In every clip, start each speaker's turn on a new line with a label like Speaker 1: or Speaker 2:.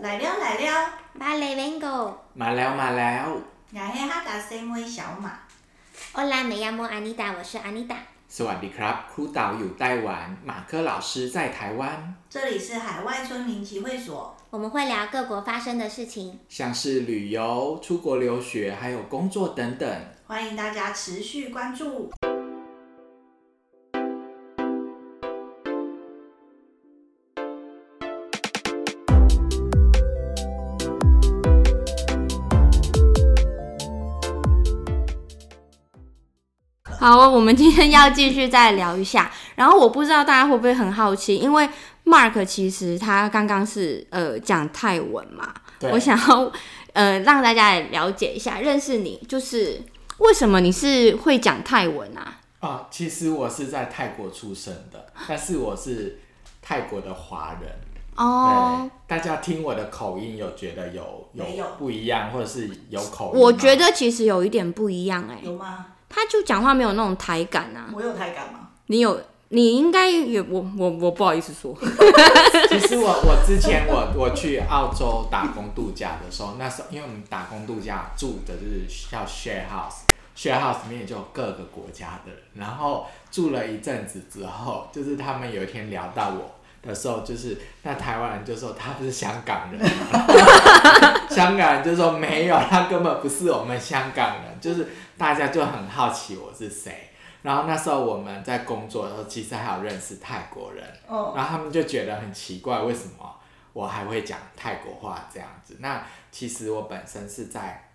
Speaker 1: 来了来了，
Speaker 2: 马雷文狗，
Speaker 3: มาแล้วมาแล้ว
Speaker 1: 俺黑哈达西妹小马，
Speaker 2: 欧拉美亚莫安妮达，我是安妮达。
Speaker 3: สวัสดีครับ ครูเต่าอยู่ไต้หวัน 马克老师在台湾
Speaker 1: 这里是海外村民集会所，
Speaker 2: 我们会聊各国发生的事情。
Speaker 3: 像是旅游、出国留学，还有工作等等。
Speaker 1: 欢迎大家持续关注。
Speaker 4: 好哦，我们今天要继续再聊一下。然后我不知道大家会不会很好奇，因为 Mark 其实他刚刚是呃讲泰文嘛，
Speaker 3: 对
Speaker 4: 我想要呃让大家也了解一下，认识你，就是为什么你是会讲泰文啊？
Speaker 3: 啊，其实我是在泰国出生 的，但是我是泰国的华人。
Speaker 4: 哦
Speaker 3: 对，，大家听我的口音有觉得有
Speaker 1: 没有
Speaker 3: 不一样，或者是有口音吗？
Speaker 4: 我觉得其实有一点不一样哎、
Speaker 1: 有吗？
Speaker 4: 他就讲话没有那种台感啊。
Speaker 1: 我有太感吗？
Speaker 4: 你有，你应该有，我我我不好意思说，
Speaker 3: 其实我我之前我我去澳洲打工度假的时候，那时候因为我们打工度假住的就是叫 share house，share house 里面就有各个国家的人，然后住了一阵子之后，就是他们有一天聊到我。的时候就是那台湾人就说他不是香港人 吗，香港人就说没有，他根本不是我们香港人，就是大家就很好奇我是谁。然后那时候我们在工作的时候，其实还有认识泰国人，
Speaker 1: 哦，
Speaker 3: 然后他们就觉得很奇怪，为什么我还会讲泰国话这样子？那其实我本身是在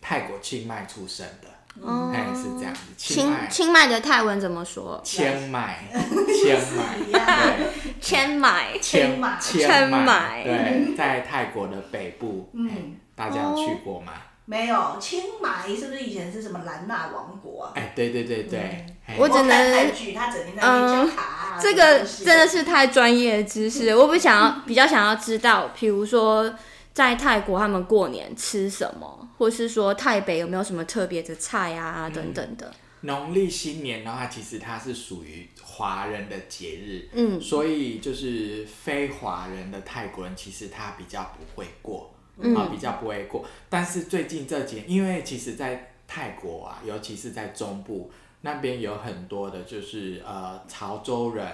Speaker 3: 泰国清迈出生的，
Speaker 4: 哦
Speaker 3: 哎、是这样子，清
Speaker 4: 清
Speaker 3: 迈，
Speaker 4: 清迈的泰文怎么说？
Speaker 3: 清迈，清
Speaker 1: 一
Speaker 3: 迈，
Speaker 1: 样，
Speaker 3: 对，
Speaker 4: 千迈。
Speaker 1: 清 迈
Speaker 3: 清迈，
Speaker 4: 清迈
Speaker 3: 对，在泰国的北部，
Speaker 1: 嗯
Speaker 3: 哎大家有去过吗？
Speaker 1: 没有。清迈是不是以前是什么兰纳王国啊？
Speaker 3: 哎、对对对对，哎
Speaker 4: 我只能嗯
Speaker 1: 看泰剧，他整天在那边讲卡啊、
Speaker 4: 这个
Speaker 1: 什么
Speaker 4: 真的
Speaker 1: 东西
Speaker 4: 是太专业的知 识了，我比想要比较想要知道，比如说在泰国他们过年吃什么，或是说泰北有没有什么特别的菜啊等等的。
Speaker 3: 嗯农历新年的话，其实它是属于华人的节日，
Speaker 4: 嗯
Speaker 3: 所以就是非华人的泰国人，其实他比较不会过，啊、
Speaker 4: 嗯
Speaker 3: 比较不会过。但是最近这几年，因为其实，在泰国啊，尤其是在中部那边，有很多的，就是呃潮州人，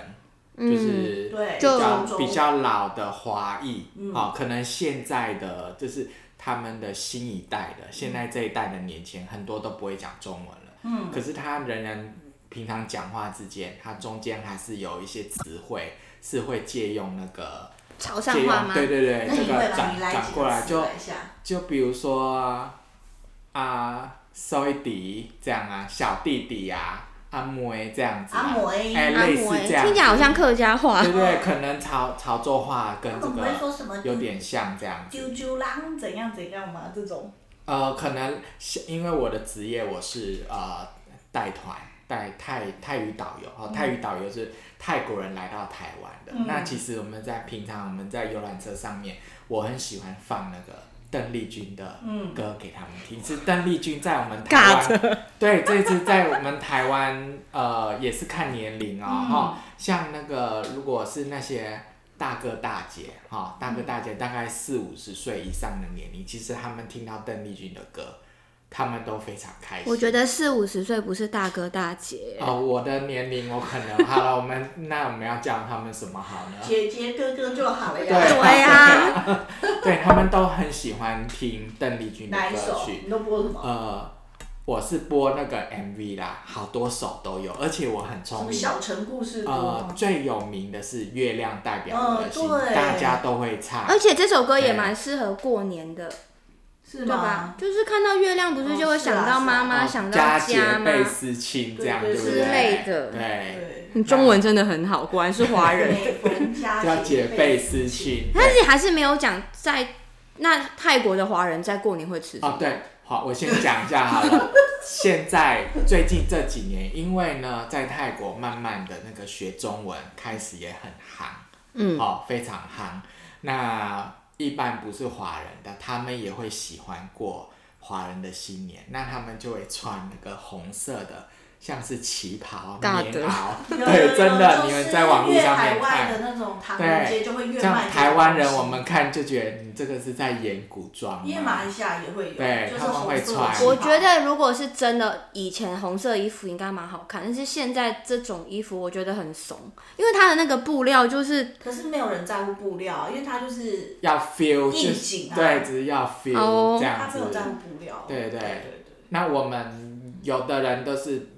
Speaker 4: 嗯
Speaker 3: 就是
Speaker 1: 对嗯
Speaker 3: 比较
Speaker 1: 就
Speaker 3: 比较老的华裔，好、可能现在的就是他们的新一代的，现在这一代的年轻人很多都不会讲中文了，嗯，可是他仍然平常讲话之间，他中间还是有一些词汇是会借用那个
Speaker 4: 潮
Speaker 3: 借
Speaker 4: 汕话
Speaker 3: 用，
Speaker 4: 吗？
Speaker 3: 对对对，
Speaker 1: 那
Speaker 3: 这
Speaker 1: 你
Speaker 3: 个
Speaker 1: 会吗？
Speaker 3: 转
Speaker 1: 你来
Speaker 3: 转过来
Speaker 1: 几个
Speaker 3: 就
Speaker 1: 词来一下。
Speaker 3: 就比如说啊，收一弟这样啊，小弟弟呀、啊，阿妹这样子、啊，
Speaker 1: 阿妹
Speaker 3: 哎、
Speaker 4: 阿
Speaker 3: 类似
Speaker 4: 姆欸
Speaker 3: 这样
Speaker 4: 听起来好像客家话
Speaker 3: 对。对，可能潮潮州话跟
Speaker 1: 他
Speaker 3: 这
Speaker 1: 们不会
Speaker 3: 个
Speaker 1: 说什么
Speaker 3: 有点像这样
Speaker 1: 啾
Speaker 3: 子。
Speaker 1: 啾啷怎样怎样嘛？这种
Speaker 3: 呃，可能是因为我的职业我是呃带团带泰泰语导游，哦，泰语导游是泰国人来到台湾的。
Speaker 1: 嗯
Speaker 3: 那其实我们在平常我们在游览车上面，我很喜欢放那个邓丽君的
Speaker 1: 嗯
Speaker 3: 歌给他们听，是邓丽君在我们台湾，对，这次在我们台湾，呃，也是看年龄哦，
Speaker 1: 嗯
Speaker 3: 哈、像那个如果是那些大哥大姐，哈、大哥大姐大概四五十岁以上的年龄，其实他们听到邓丽君的歌，他们都非常开心。
Speaker 4: 我觉得四五十岁不是大哥大姐，
Speaker 3: 哦，我的年龄我可能好了，我们那我们要叫他们什么好呢？
Speaker 1: 姐姐哥哥就好了
Speaker 3: 对啊
Speaker 1: 呀。
Speaker 4: 对啊呀、
Speaker 3: 对他们都很喜欢听邓丽君的
Speaker 1: 哪一
Speaker 3: 歌
Speaker 1: 首？
Speaker 3: 曲。
Speaker 1: 你都播什么？
Speaker 3: 呃，我是播那个 MV 啦，好多首都有，而且我很
Speaker 1: 什
Speaker 3: 聪
Speaker 1: 么
Speaker 3: 明。
Speaker 1: 小城故事多
Speaker 3: 呃
Speaker 1: 吗？，
Speaker 3: 最有名的是《月亮代表我的心》
Speaker 1: 哦对
Speaker 3: 大家都会唱。
Speaker 4: 而且这首歌也蛮适合过年的，
Speaker 1: 是
Speaker 4: 对
Speaker 1: 吗
Speaker 4: 吧？？就是看到月亮，不是就会想到妈妈，
Speaker 3: 啊哦
Speaker 4: 想到
Speaker 3: 佳
Speaker 4: 家
Speaker 3: 节
Speaker 4: 吗？
Speaker 3: 倍思亲，这样
Speaker 1: 对
Speaker 3: 不
Speaker 1: 对
Speaker 3: 对？
Speaker 1: 对之
Speaker 4: 类的
Speaker 3: 对，
Speaker 1: 对，
Speaker 4: 你中文真的很好，果然是华人。
Speaker 1: 每逢
Speaker 3: 佳
Speaker 1: 佳
Speaker 3: 节倍
Speaker 1: 倍
Speaker 3: 思。亲。
Speaker 4: 但是还是没有讲在那泰国的华人在过年会吃什么。
Speaker 3: 哦，对，好，我先讲一下好了。 现在最近这几年，因为呢，在泰国慢慢的那个学中文开始也很夯，
Speaker 4: 嗯，
Speaker 3: 哦，非常夯。那一般不是华人的，他们也会喜欢过华人的新年，那他们就会穿那个红色的像是旗袍、
Speaker 4: 大
Speaker 3: 棉
Speaker 4: 的
Speaker 3: 袄，
Speaker 1: 有
Speaker 3: 对，真的，
Speaker 1: 有
Speaker 3: 你
Speaker 1: 有就是
Speaker 3: 们在网络上面
Speaker 1: 越海外的
Speaker 3: 看，
Speaker 1: 那种唐人街就会越
Speaker 3: 像
Speaker 1: 卖这种东西。
Speaker 3: 台湾人我们看就觉得你这个是在演古装
Speaker 1: 因为
Speaker 3: 嘛
Speaker 1: 马来西亚也会有，
Speaker 3: 对
Speaker 1: 就是
Speaker 3: 他们
Speaker 1: 红
Speaker 3: 会
Speaker 1: 色
Speaker 3: 穿
Speaker 1: 旗袍
Speaker 4: 我觉得如果是真的，以前红色衣服应该蛮好看，但是现在这种衣服我觉得很怂，因为它的那个布料就是
Speaker 1: 可是没有人在乎布料啊，因为它就是
Speaker 3: 要 feel 就
Speaker 1: 应
Speaker 3: 是
Speaker 1: 景啊
Speaker 3: 对，只是要 feel、
Speaker 4: 哦
Speaker 3: 这
Speaker 1: 他
Speaker 3: 样
Speaker 1: 没有在
Speaker 3: 子。
Speaker 1: 乎布料。
Speaker 3: 对对
Speaker 1: 对对，
Speaker 3: 那我们有的人都是，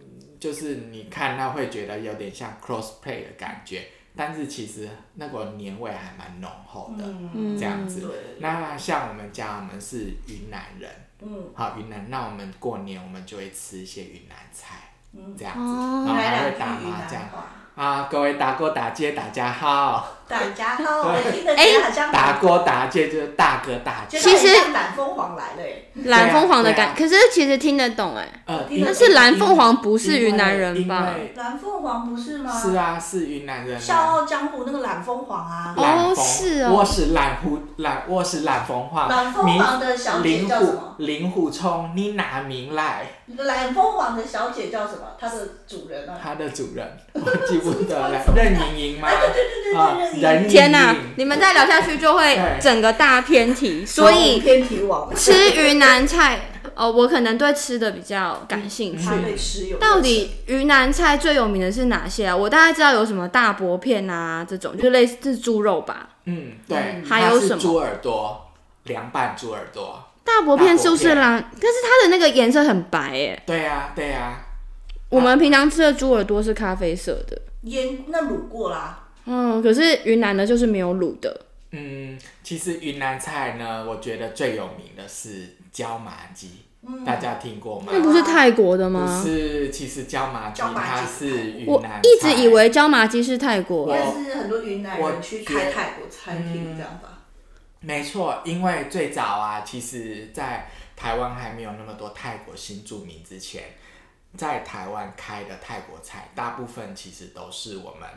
Speaker 3: 就是你看他会觉得有点像 crossplay 的感觉，但是其实那个年味还蛮浓厚的。
Speaker 1: 嗯，
Speaker 3: 这样子
Speaker 1: 对，
Speaker 3: 那像我们家，我们是云南人，
Speaker 1: 嗯，
Speaker 3: 好云南，那我们过年我们就会吃一些云南菜，
Speaker 1: 嗯
Speaker 3: 这样子，
Speaker 4: 哦
Speaker 3: 然后还
Speaker 1: 来
Speaker 3: 会打
Speaker 1: 两句云
Speaker 3: 麻将
Speaker 1: 南话，
Speaker 3: 啊。各位打过打街大家好，
Speaker 1: 大家好，我哎听得起来好像
Speaker 3: 打过打街就是大哥大姐，
Speaker 1: 就
Speaker 4: 其实
Speaker 1: 是像蓝凤凰来了欸，
Speaker 4: 蓝凤凰的
Speaker 3: 对啊
Speaker 4: 感，可是其实听得懂哎，
Speaker 3: 呃，
Speaker 1: 听
Speaker 3: 因
Speaker 1: 得
Speaker 4: 但
Speaker 1: 懂
Speaker 4: 是蓝凤凰
Speaker 3: 不
Speaker 4: 不是云南人吧？
Speaker 1: 蓝凤凰不是吗？
Speaker 3: 是啊，是云南人、啊。
Speaker 1: 笑傲江湖》那个蓝凤凰啊，
Speaker 4: 哦
Speaker 3: 懒风
Speaker 4: 是哦
Speaker 3: 我是懒虎懒，我是懒风话。
Speaker 1: 懒风华的小姐
Speaker 3: 林
Speaker 1: 叫什么
Speaker 3: 虎林虎冲，你拿名来，
Speaker 1: 蓝凤凰的小姐叫什么？它的主人啊？
Speaker 3: 他的主人我记不得了，任盈盈吗？
Speaker 1: 哎，对对对
Speaker 3: 啊
Speaker 1: 对对，
Speaker 3: 人
Speaker 4: 天哪、
Speaker 3: 嗯
Speaker 4: 你们再聊下去就会
Speaker 3: 对
Speaker 4: 整个大偏题，所以
Speaker 1: 偏题 王，
Speaker 4: 吃云南菜哦，我可能对吃的比较感兴趣。
Speaker 1: 他对吃有
Speaker 4: 到底云南菜最有名的是哪些啊？我大概知道有什么大薄片啊，这种就类似这是猪肉吧。
Speaker 3: 嗯，对，
Speaker 1: 嗯
Speaker 4: 还有
Speaker 3: 它是
Speaker 4: 什么
Speaker 3: 猪耳朵，凉拌猪耳朵。
Speaker 4: 大薄片是不是啦？但是它的那个颜色很白诶、
Speaker 3: 对呀、对呀、
Speaker 4: 我们平常吃的猪耳朵是咖啡色的，
Speaker 1: 腌那卤过啦，
Speaker 3: 啊
Speaker 4: 嗯，可是云南的就是没有卤的。
Speaker 3: 嗯，其实云南菜呢，我觉得最有名的是椒麻鸡，大家听过吗？
Speaker 4: 那不是泰国的吗
Speaker 3: 不？是，其实椒麻鸡
Speaker 1: 椒麻鸡
Speaker 3: 它是云
Speaker 4: 我
Speaker 3: 南菜。
Speaker 4: 一直以为椒麻鸡是泰国
Speaker 3: 我
Speaker 4: 欸，
Speaker 1: 但是很多云南人去开泰国餐厅这样吧，
Speaker 3: 没错，因为最早啊，其实，在台湾还没有那么多泰国新住民之前，在台湾开的泰国菜，大部分其实都是我们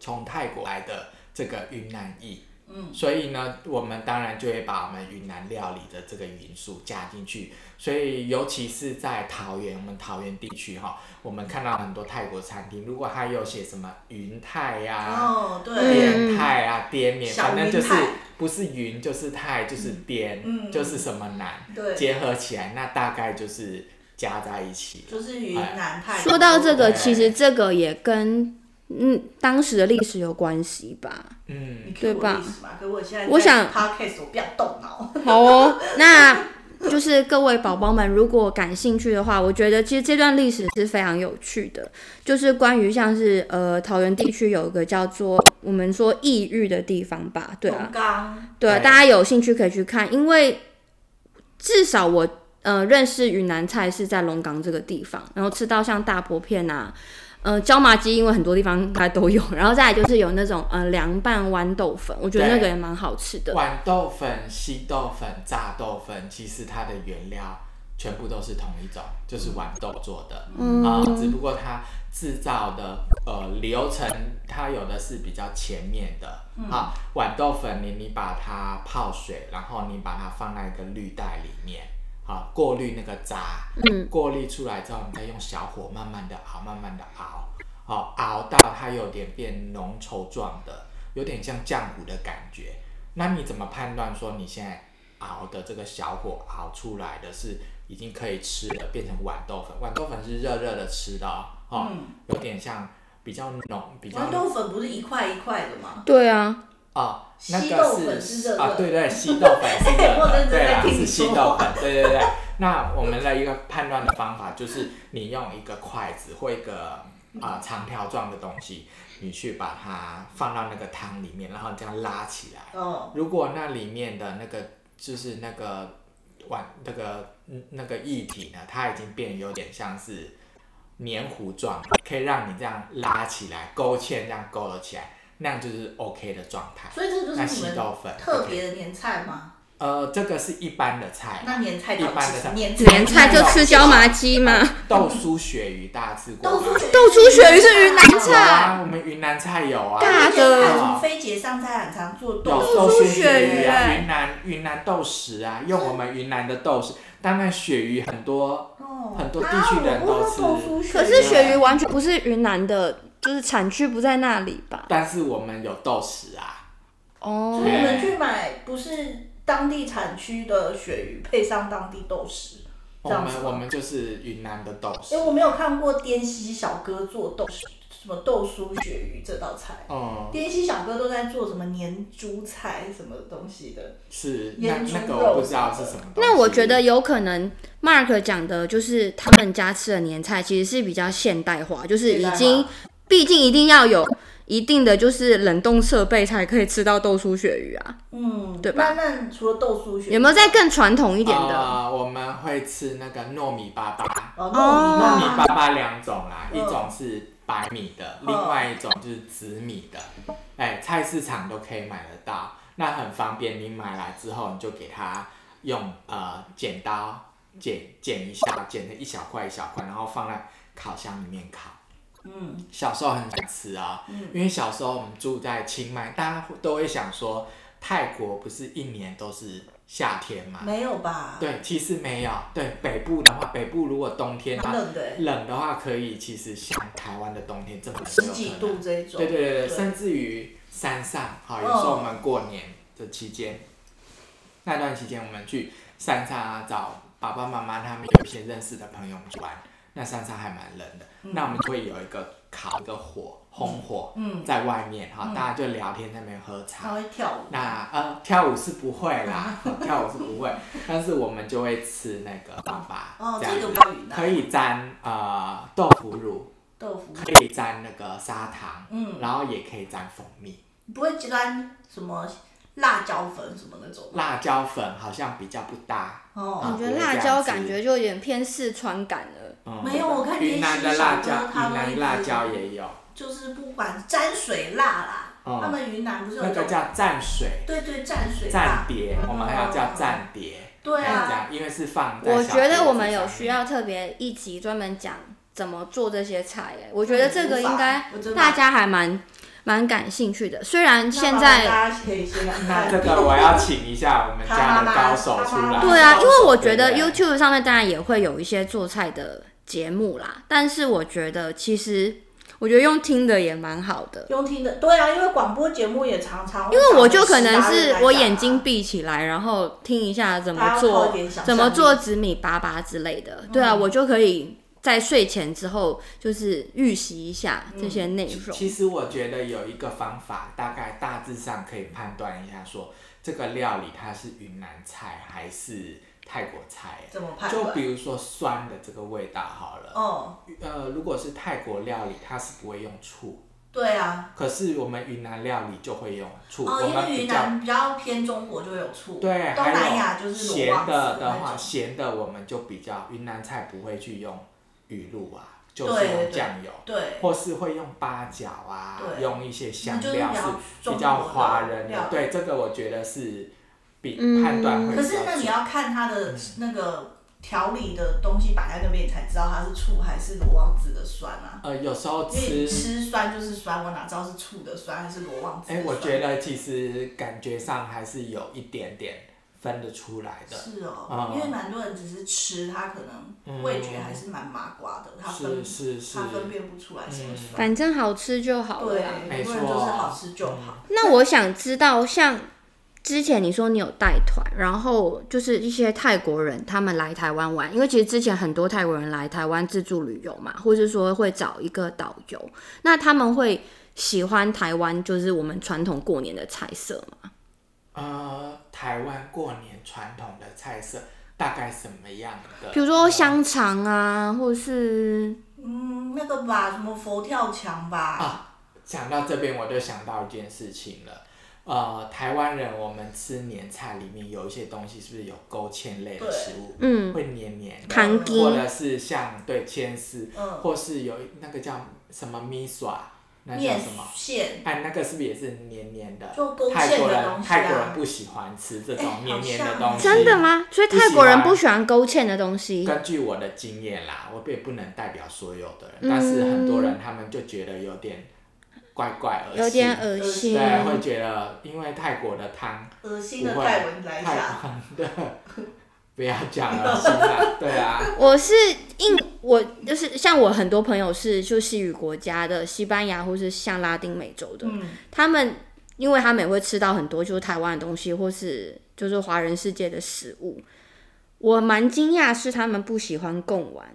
Speaker 3: 从泰国来的这个云南裔。嗯，所以呢，我们当然就会把我们云南料理的这个元素加进去。所以，尤其是在桃园，我们桃园地区哈，我们看到很多泰国餐厅，如果它有写什么云泰呀、
Speaker 1: 哦
Speaker 4: 嗯
Speaker 1: 对，
Speaker 3: 滇泰啊，滇缅，
Speaker 1: 小
Speaker 3: 反正就是
Speaker 1: 云泰
Speaker 3: 不是云就是泰就是滇，
Speaker 1: 嗯嗯
Speaker 3: 就是什么南，
Speaker 1: 对
Speaker 3: 结合起来，那大概就是加在一起。
Speaker 1: 就是云南泰国。
Speaker 4: 说到这个，
Speaker 3: 对
Speaker 4: 其实这个也跟嗯当时的历史有关系吧。
Speaker 3: 嗯，
Speaker 1: 你给我历史嘛，可我现在
Speaker 4: 我想
Speaker 1: podcast 我不要动脑，
Speaker 4: 好哦，那就是各位宝宝们，如果感兴趣的话，我觉得其实这段历史是非常有趣的，就是关于像是呃桃园地区有一个叫做我们说异域的地方吧，对啊
Speaker 1: 刚，刚
Speaker 4: 对啊，
Speaker 3: 对
Speaker 4: 大家有兴趣可以去看，因为至少我呃认识云南菜是在龙岗这个地方，然后吃到像大薄片啊。呃，椒麻鸡因为很多地方它都有，然后再来就是有那种呃凉拌豌豆粉，我觉得
Speaker 3: 对
Speaker 4: 那个也蛮好吃的。
Speaker 3: 豌豆粉、稀豆粉、炸豆粉，其实它的原料全部都是同一种，就是豌豆做的。
Speaker 4: 嗯
Speaker 3: 啊、只不过它制造的呃流程，它有的是比较前面的、
Speaker 4: 嗯
Speaker 3: 啊。豌豆粉你你把它泡水，然后你把它放在一个滤袋里面，啊，过滤那个渣，
Speaker 4: 嗯，
Speaker 3: 过滤出来之后，你再用小火慢慢的熬，慢慢的熬，好、熬到它有点变浓稠状的，有点像浆糊的感觉。那你怎么判断说你现在熬的这个小火熬出来的是已经可以吃了，变成豌豆粉？豌豆粉是热热的吃的哦，哦有点像比较浓，比较
Speaker 1: 豌豆粉不是一块一块的吗？
Speaker 4: 对啊，
Speaker 3: 哦，那
Speaker 1: 稀豆
Speaker 3: 个
Speaker 1: 粉
Speaker 3: 是
Speaker 1: 是热
Speaker 3: 啊
Speaker 1: 的，
Speaker 3: 对对，稀豆粉是热
Speaker 1: 我认真
Speaker 3: 的，对
Speaker 1: 在
Speaker 3: 啊，
Speaker 1: 听你
Speaker 3: 是稀
Speaker 1: 说
Speaker 3: 豆
Speaker 1: 话
Speaker 3: 粉，对对对。那我们的一个判断的方法就是，你用一个筷子或一个啊、长条状的东西，你去把它放到那个汤里面，然后这样拉起来。
Speaker 1: 哦，
Speaker 3: 如果那里面的那个就是那个碗那个嗯那个液体呢，它已经变有点像是黏糊状，可以让你这样拉起来勾芡，这样勾了起来，那样就是 OK 的状态。
Speaker 1: 所以这就是
Speaker 3: 那
Speaker 1: 你
Speaker 3: 稀
Speaker 1: 们
Speaker 3: 豆粉
Speaker 1: 特
Speaker 3: OK
Speaker 1: 别的年菜吗？
Speaker 3: 呃，这个是一般的菜，
Speaker 1: 那年菜
Speaker 3: 一
Speaker 1: 到
Speaker 3: 般的菜
Speaker 1: 底年
Speaker 4: 年菜就吃椒麻鸡嘛。
Speaker 3: 豆酥鳕鱼大家吃过
Speaker 1: 豆
Speaker 3: 吗？
Speaker 1: 腐
Speaker 4: 豆酥鳕鱼是云南
Speaker 3: 有
Speaker 4: 菜
Speaker 3: 啊，我们云南菜有
Speaker 1: 哦
Speaker 3: 啊，
Speaker 4: 大
Speaker 1: 的，
Speaker 4: 的
Speaker 1: 从飞姐上菜很常做
Speaker 3: 有
Speaker 1: 豆腐，
Speaker 3: 豆
Speaker 4: 酥
Speaker 3: 酥鳕
Speaker 4: 鳕鱼
Speaker 3: 啊，
Speaker 4: 欸
Speaker 3: 云南云南豆豉啊，用我们云南的豆豉，当然鳕鱼很多
Speaker 1: 哦，
Speaker 3: 很多地区人都吃
Speaker 1: 啊我不会做出鳕鱼
Speaker 4: 可是鳕鱼完全不是云南的，就是产区不在那里吧？
Speaker 3: 但是我们有豆豉啊，
Speaker 4: 哦
Speaker 1: 所以，你们去买不是当地产区的鳕鱼，配上当地豆豉，这
Speaker 3: 我
Speaker 1: 样子
Speaker 3: 们
Speaker 1: 吗
Speaker 3: 我们就是云南的豆
Speaker 1: 因为
Speaker 3: 豉，
Speaker 1: 我没有看过滇西小哥做豆豉，什么豆酥鳕鱼这道菜。
Speaker 3: 嗯，
Speaker 1: 滇西小哥都在做什么年猪菜什么东西的，
Speaker 3: 是那
Speaker 1: 腌猪
Speaker 3: 那个
Speaker 1: 肉
Speaker 3: 我不知道是什么东西。
Speaker 4: 那我觉得有可能 Mark 讲的就是他们家吃的年菜其实是比较现代化，就是已经
Speaker 1: 现代化，
Speaker 4: 毕竟一定要有一定的就是冷冻设备才可以吃到豆酥鳕鱼啊。
Speaker 1: 嗯，
Speaker 4: 对吧
Speaker 1: 那那除了豆酥鳕鱼，
Speaker 4: 有没有再更传统一
Speaker 3: 一
Speaker 4: 点的？
Speaker 3: 呃，我们会吃那个糯米粑粑。
Speaker 1: 哦
Speaker 3: 糯米
Speaker 1: 糯米
Speaker 3: 粑粑两种啦，
Speaker 1: 嗯
Speaker 3: 一种是白米的，
Speaker 1: 嗯
Speaker 3: 另外一种就是紫米的，哎，菜市场都可以买得到，那很方便。你买来之后，你就给它用呃剪刀剪剪一下，剪成一小块一小块，然后放在烤箱里面烤。
Speaker 1: 嗯，
Speaker 3: 小时候很想吃啊，
Speaker 1: 嗯
Speaker 3: 因为小时候我们住在清迈，大家都会想说，泰国不是一年都是夏天嘛？
Speaker 1: 啊没有吧？
Speaker 3: 对，其实没有。对北部的话，北部如果冬天它
Speaker 1: 蛮冷的欸，
Speaker 3: 冷的话，可以其实像台湾的冬天这么
Speaker 1: 十几度这一种。
Speaker 3: 对对对
Speaker 1: 对
Speaker 3: 对，
Speaker 1: 嗯
Speaker 3: 甚至于山上，好，有时候我们过年的期间，那段期间我们去山上啊，找爸爸妈妈他们有一些认识的朋友们去玩，那山上还蛮冷的，那我们就会有一个烤一个火，烘火，
Speaker 1: 嗯，
Speaker 3: 在外面哈，
Speaker 1: 嗯
Speaker 3: 大家就聊天在那边喝茶
Speaker 1: 他，会跳舞。
Speaker 3: 那呃，跳舞是不会啦， 跳舞是不会，但是我们就会吃那个粑粑，
Speaker 1: 哦，
Speaker 3: 样
Speaker 1: 这个
Speaker 3: 子
Speaker 1: 比较云南
Speaker 3: 可以沾呃豆腐乳，
Speaker 1: 豆腐，
Speaker 3: 可以沾那个砂糖，
Speaker 1: 嗯，
Speaker 3: 然后也可以沾蜂蜜。
Speaker 1: 你不会沾什么辣椒粉什么那种吗？
Speaker 3: 辣椒粉好像比较不搭，
Speaker 1: 哦，
Speaker 3: 嗯
Speaker 4: 我觉得辣椒感觉就有点偏四川感了。
Speaker 3: 嗯，
Speaker 1: 没有我看
Speaker 3: 云南的
Speaker 1: 滇西
Speaker 3: 辣
Speaker 1: 小
Speaker 3: 椒，
Speaker 1: 哥他
Speaker 3: 云
Speaker 1: 们
Speaker 3: 南
Speaker 1: 一
Speaker 3: 辣
Speaker 1: 直
Speaker 3: 椒也有，
Speaker 1: 就是不管沾水辣啦，
Speaker 3: 嗯
Speaker 1: 他们云南不是有
Speaker 3: 那个
Speaker 1: 种
Speaker 3: 叫蘸水、
Speaker 1: 对对蘸水
Speaker 3: 蘸
Speaker 1: 辣，
Speaker 3: 碟，我们还要叫蘸碟，
Speaker 1: 对
Speaker 3: 还要
Speaker 1: 啊，
Speaker 3: 讲，因为是放在
Speaker 4: 我
Speaker 3: 小
Speaker 4: 觉
Speaker 3: 碟
Speaker 4: 得我
Speaker 3: 子
Speaker 4: 们有
Speaker 3: 上
Speaker 4: 需
Speaker 3: 面
Speaker 4: 要特别一集专门讲怎么做这些菜、欸，我觉得这个应该
Speaker 1: 嗯我真的
Speaker 4: 大家还蛮蛮感兴趣的。虽然
Speaker 1: 那
Speaker 4: 现
Speaker 1: 麻烦
Speaker 4: 在
Speaker 1: 大家可以先来
Speaker 3: 那
Speaker 1: 看
Speaker 3: 这个我要请一下我们家的高手出来。
Speaker 4: 对啊，因为我觉得
Speaker 3: 对
Speaker 4: YouTube 上面当然也会有一些做菜的节目啦，但是我觉得其实我觉得用听的也蛮好的，
Speaker 1: 用听的，对啊，因为广播节目也常常
Speaker 4: 因
Speaker 1: 因
Speaker 4: 为我就可能是
Speaker 1: 啊
Speaker 4: 我眼睛闭起来，然后听一下怎么做。怎么做紫米粑粑之类的，对啊，我就可以在睡前之后就是预习一下这些内容。
Speaker 3: 其实我觉得有一个方法，大概大致上可以判断一下说，这个料理它是云南菜还是泰国菜。
Speaker 1: 怎么判
Speaker 3: 就
Speaker 1: 断？
Speaker 3: 比如说酸的这个味道好了，
Speaker 1: 哦，
Speaker 3: 呃，如果是泰国料理，它是不会用醋，
Speaker 1: 对啊，
Speaker 3: 可是我们云南料理就会用醋，
Speaker 1: 哦，
Speaker 3: 我
Speaker 1: 因
Speaker 3: 们
Speaker 1: 为
Speaker 3: 比
Speaker 1: 云
Speaker 3: 较
Speaker 1: 南比较偏中国就有醋，
Speaker 3: 对，
Speaker 1: 东南亚
Speaker 3: 还
Speaker 1: 就
Speaker 3: 有
Speaker 1: 是罗
Speaker 3: 咸
Speaker 1: 旺子
Speaker 3: 的的
Speaker 1: 那
Speaker 3: 话，
Speaker 1: 种，
Speaker 3: 咸的我们就比较云南菜不会去用鱼露啊，就是
Speaker 1: 对对
Speaker 3: 用
Speaker 1: 对
Speaker 3: 酱油。
Speaker 1: 对，
Speaker 3: 或是会用八角啊，
Speaker 1: 对
Speaker 3: 用一些香
Speaker 1: 就是
Speaker 3: 料
Speaker 1: 比较
Speaker 3: 是
Speaker 1: 中
Speaker 3: 比较
Speaker 1: 国的
Speaker 3: 华人
Speaker 1: 料
Speaker 3: 的。对，这个我觉得是比
Speaker 4: 嗯
Speaker 3: 判断会
Speaker 1: 可
Speaker 3: 比较准。
Speaker 1: 是那你要看它的那个调理的东西摆在那边，你才知道它是醋还是罗旺子的酸啊。
Speaker 3: 呃，有时
Speaker 1: 因
Speaker 3: 候
Speaker 1: 为你
Speaker 3: 吃，
Speaker 1: 吃酸就是酸，我哪知道是醋的酸还是罗旺子
Speaker 3: 哎、
Speaker 1: 的酸？
Speaker 3: 我觉得其实感觉上还是有一点点分得出来的。
Speaker 1: 是哦
Speaker 3: 嗯，
Speaker 1: 因为蛮多人只是吃，他可能味觉还是蛮麻瓜的，他分
Speaker 3: 是是是嗯
Speaker 1: 他，分辨不出来什么酸。
Speaker 4: 反正好吃就好了
Speaker 1: 对
Speaker 4: 啊。，
Speaker 1: 很
Speaker 3: 没
Speaker 1: 多
Speaker 3: 错
Speaker 1: 人就是好吃就好。
Speaker 4: 那我想知道，像之前你说你有带团，然后就是一些泰国人他们来台湾玩，因为其实之前很多泰国人来台湾自助旅游嘛，或是说会找一个导游，那他们会喜欢台湾就是我们传统过年的菜色嘛？
Speaker 3: 呃，台湾过年传统的菜色大概什么样的？
Speaker 4: 比如说香肠啊，或是
Speaker 1: 嗯，那个吧，什么佛跳墙吧，
Speaker 3: 啊，讲到这边我就想到一件事情了。呃，台湾人我们吃年菜里面有一些东西是不是有勾芡类的
Speaker 1: 对
Speaker 3: 食物？
Speaker 4: 嗯，
Speaker 3: 会黏黏的，
Speaker 4: 糖
Speaker 1: 筋
Speaker 3: 或
Speaker 4: 羹。
Speaker 3: 者是像对千丝，
Speaker 1: 嗯，
Speaker 3: 或是有那个叫什么米耍，那叫
Speaker 1: 面
Speaker 3: 什么？
Speaker 1: 线
Speaker 3: 哎，那个是不是也是黏黏的？
Speaker 1: 就勾
Speaker 3: 泰
Speaker 1: 芡
Speaker 3: 国
Speaker 1: 的
Speaker 3: 人
Speaker 1: 东西
Speaker 3: 泰国人
Speaker 1: 啊。
Speaker 3: 不喜欢吃这
Speaker 1: 哎
Speaker 3: 种黏
Speaker 1: 好
Speaker 3: 黏的
Speaker 1: 像
Speaker 3: 东西。
Speaker 4: 真的？吗？所以泰国人不喜欢勾芡的东西。
Speaker 3: 根据我的经验啦，我也不能代表所有的人，
Speaker 1: 嗯
Speaker 3: 但是很多人他们就觉得有点怪怪恶心，
Speaker 4: 有点恶心。
Speaker 3: 对，会觉得因为泰国的汤
Speaker 1: 恶心
Speaker 3: 不
Speaker 1: 的
Speaker 3: 会
Speaker 1: 泰文来一
Speaker 3: 泰
Speaker 1: 下，
Speaker 3: 国的不要讲了，现在对啊，
Speaker 4: 我是印，我就是像我很多朋友是就西语国家的，西班牙或是像拉丁美洲的，
Speaker 1: 嗯，
Speaker 4: 他们因为他们也会吃到很多就是台湾的东西，或是就是华人世界的食物。我蛮惊讶是他们不喜欢贡丸，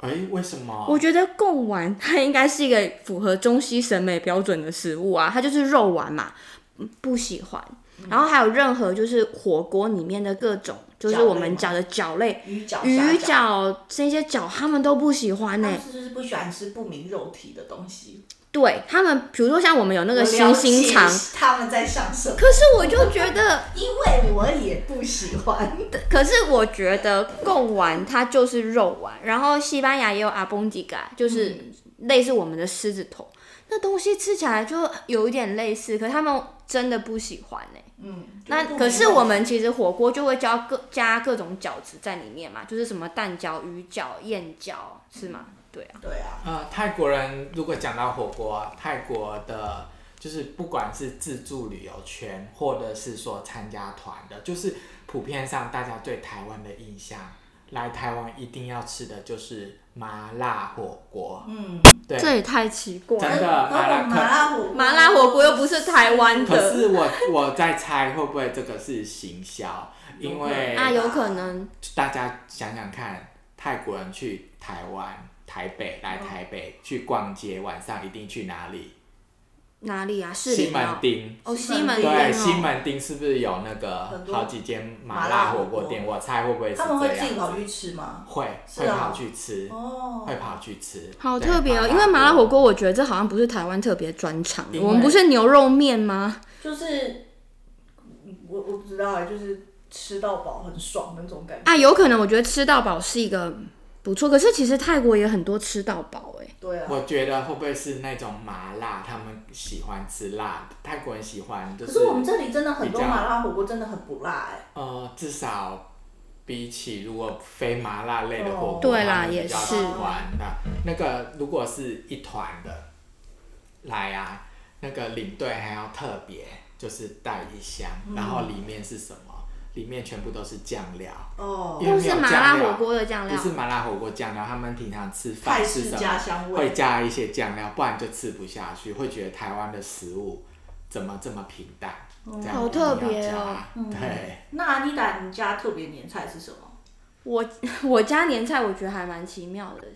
Speaker 3: 哎、为什么？
Speaker 4: 我觉得贡丸它应该是一个符合中西审美标准的食物啊，它就是肉丸嘛，嗯不喜欢。然后还有任何就是火锅里面的各种，就是我们讲的饺类，
Speaker 1: 鱼饺、
Speaker 4: 鱼
Speaker 1: 虾嗯
Speaker 4: 饺这些饺他们都不喜欢呢、
Speaker 1: 他们是不是不喜欢吃不明肉体的东西？
Speaker 4: 对他们，比如说像我们有那
Speaker 1: 那
Speaker 4: 个星星肠，
Speaker 1: 他们在想什么？
Speaker 4: 可是我就觉得，
Speaker 1: 因为我也不喜 欢。
Speaker 4: 可是我觉得贡丸它就是肉丸，然后西班牙也有阿崩吉嘎，就是
Speaker 1: 嗯
Speaker 4: 类似我们的狮子头，那东西吃起来就有一点类似，可他们真的不喜欢呢、
Speaker 1: 嗯，
Speaker 4: 那
Speaker 1: 就是不明肉体
Speaker 4: 可是我们其实火锅就会加各加各种饺子在里面嘛，就是什么蛋饺、鱼饺、燕饺，是吗？对啊，
Speaker 1: 对啊，
Speaker 3: 呃，泰国人如果讲到火锅，啊泰国的就是不管是自助旅游圈，或者是说参加团的，就是普遍上大家对台湾的印象，来台湾一定要吃的就是麻辣火锅。
Speaker 1: 嗯，
Speaker 3: 对，
Speaker 4: 这也太奇怪
Speaker 3: 真
Speaker 4: 了。
Speaker 3: 的
Speaker 1: 跟
Speaker 3: 麻
Speaker 1: 我麻辣
Speaker 3: 辣
Speaker 1: 火
Speaker 4: 麻辣火锅又不是台湾
Speaker 3: 可
Speaker 4: 的
Speaker 3: 是我我在猜会不会这个是行销，因为
Speaker 4: 啊，有可能
Speaker 3: 大家想想看，泰国人去台湾、台北来台
Speaker 1: 嗯
Speaker 3: 北、去逛街，晚上一定去哪里？
Speaker 4: 哪里啊？士
Speaker 3: 西
Speaker 4: 林
Speaker 3: 门
Speaker 4: 哦，
Speaker 3: 町。
Speaker 4: 哦，西
Speaker 1: 西
Speaker 4: 门
Speaker 1: 门町
Speaker 4: 町
Speaker 3: 对，
Speaker 4: 哦，
Speaker 3: 西门町是不是有那个
Speaker 1: 很多
Speaker 3: 好几间麻辣火锅店？我猜会不会是这
Speaker 1: 他
Speaker 3: 样？
Speaker 1: 们会自己跑去吃吗？
Speaker 3: 会
Speaker 1: 是
Speaker 3: 会
Speaker 1: 啊
Speaker 3: 跑去吃，
Speaker 1: 哦，
Speaker 3: 会跑去吃。
Speaker 4: 好
Speaker 3: 对
Speaker 4: 特别哦，因为麻辣火锅，我觉得这好像不是台湾特别专长的。
Speaker 3: 因为
Speaker 4: 我们不是牛肉面吗？
Speaker 1: 就是我我不知道啊，就是吃到饱很爽的那种感觉。
Speaker 4: 啊，有可能，我觉得吃到饱是一个不错。可是其实泰国也很多吃到饱哎、
Speaker 1: 对啊，
Speaker 3: 我觉得会不会是那种麻辣，他们喜欢吃辣，泰国人喜欢就
Speaker 1: 可
Speaker 3: 是
Speaker 1: 是我们这里真的很多
Speaker 3: 比较
Speaker 1: 麻辣火锅真的很不辣哎、
Speaker 3: 呃，至少比起如果非麻辣类的火锅，
Speaker 1: 哦
Speaker 4: 对啦
Speaker 3: 他们
Speaker 4: 也
Speaker 3: 比较
Speaker 4: 是
Speaker 3: 喜欢的。那个如果是一团的来啊，那个领队还要特别，就是带一箱，
Speaker 1: 嗯
Speaker 3: 然后里面是什么？里面全部都是酱料，
Speaker 1: 哦
Speaker 3: 因，为
Speaker 4: 都
Speaker 3: 没有
Speaker 4: 是麻
Speaker 3: 酱
Speaker 4: 辣
Speaker 3: 料
Speaker 4: 火锅的酱料
Speaker 3: 不。是麻辣火锅酱料，他们平常吃饭
Speaker 1: 泰
Speaker 3: 是
Speaker 1: 式
Speaker 3: 什
Speaker 1: 家
Speaker 3: 么？
Speaker 1: 乡
Speaker 3: 会
Speaker 1: 味，
Speaker 3: 加一些酱料，不然就吃不下去，会觉得台湾的食物怎么这么平淡？
Speaker 1: 哦
Speaker 3: 这样
Speaker 4: 好
Speaker 3: 一定
Speaker 4: 特
Speaker 3: 要
Speaker 4: 别
Speaker 3: 加
Speaker 4: 哦
Speaker 1: 嗯
Speaker 3: 对。
Speaker 1: 那安妮达，你家特别年菜是什么？
Speaker 4: 我我家年菜我觉得还蛮奇妙的。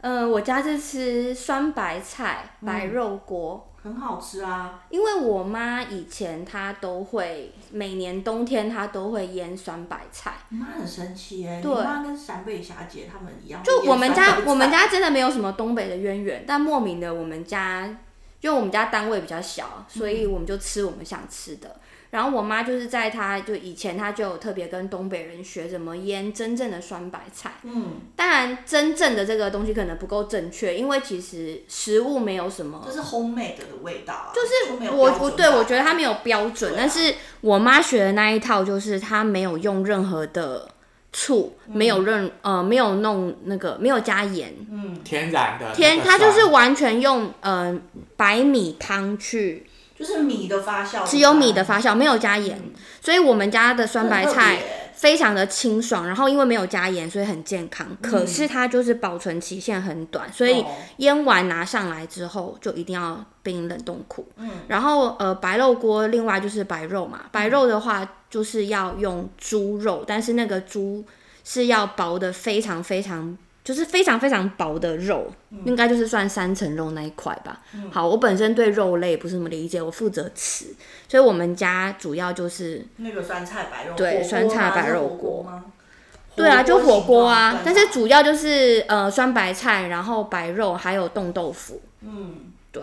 Speaker 4: 呃，我家是吃酸白菜白肉锅，
Speaker 1: 很好吃啊，
Speaker 4: 因为我妈以前她都会每年冬天她都会腌酸白菜，
Speaker 1: 你妈很神奇哎、
Speaker 4: 对
Speaker 1: 你妈跟陕北霞姐她们一样，
Speaker 4: 就我们家
Speaker 1: 哦腌酸白菜
Speaker 4: 我们家真的没有什么东北的渊源，但莫名的我们家，就我们家单位比较小，
Speaker 1: 嗯
Speaker 4: 所以我们就吃我们想吃的。然后我妈就是在她就以前她就有特别跟东北人学怎么腌真正的酸白菜，
Speaker 1: 嗯，
Speaker 4: 当然真正的这个东西可能不够正确，因为其实食物没有什么
Speaker 1: 这是 homemade 的味道啊，
Speaker 4: 就是
Speaker 1: 没有
Speaker 4: 我
Speaker 1: 标准
Speaker 4: 我
Speaker 1: 吧
Speaker 4: 对我觉得他没有标准，
Speaker 1: 对啊
Speaker 4: 但是我妈学的那一套就是她没有用任何的醋，没有任呃没有弄那个没有加盐，
Speaker 1: 嗯，
Speaker 3: 天然的那个
Speaker 4: 天
Speaker 3: 酸，
Speaker 4: 她就是完全用呃白米汤去，
Speaker 1: 就是米的发酵，
Speaker 4: 只有米的发酵，没有加盐，
Speaker 1: 嗯
Speaker 4: 所以我们家的酸
Speaker 1: 很
Speaker 4: 白
Speaker 1: 特
Speaker 4: 菜
Speaker 1: 别
Speaker 4: 非常的清爽，然后因为没有加盐，所以很健康，可是它就是保存期限很短，所以
Speaker 1: 嗯哦
Speaker 4: 腌完拿上来之后就一定要冰冷冻库。
Speaker 1: 嗯，
Speaker 4: 然后呃白肉锅，另外就是白肉嘛，白肉的话就是要用猪肉，但是那个猪是要薄的非常非常。就是非常非常薄的肉，
Speaker 1: 嗯
Speaker 4: 应该就是算三层肉那一块吧。好，我本身对肉类不是那么理解，我负责吃，所以我们家主要就是
Speaker 1: 那个酸菜白肉火锅
Speaker 4: 对
Speaker 1: 吗
Speaker 4: 酸菜白肉
Speaker 1: 是火锅吗？
Speaker 4: 对啊，就火锅啊
Speaker 1: 型，的
Speaker 4: 但是主要就是呃酸白菜，然后白肉，还有冻豆腐。
Speaker 1: 嗯，
Speaker 4: 对，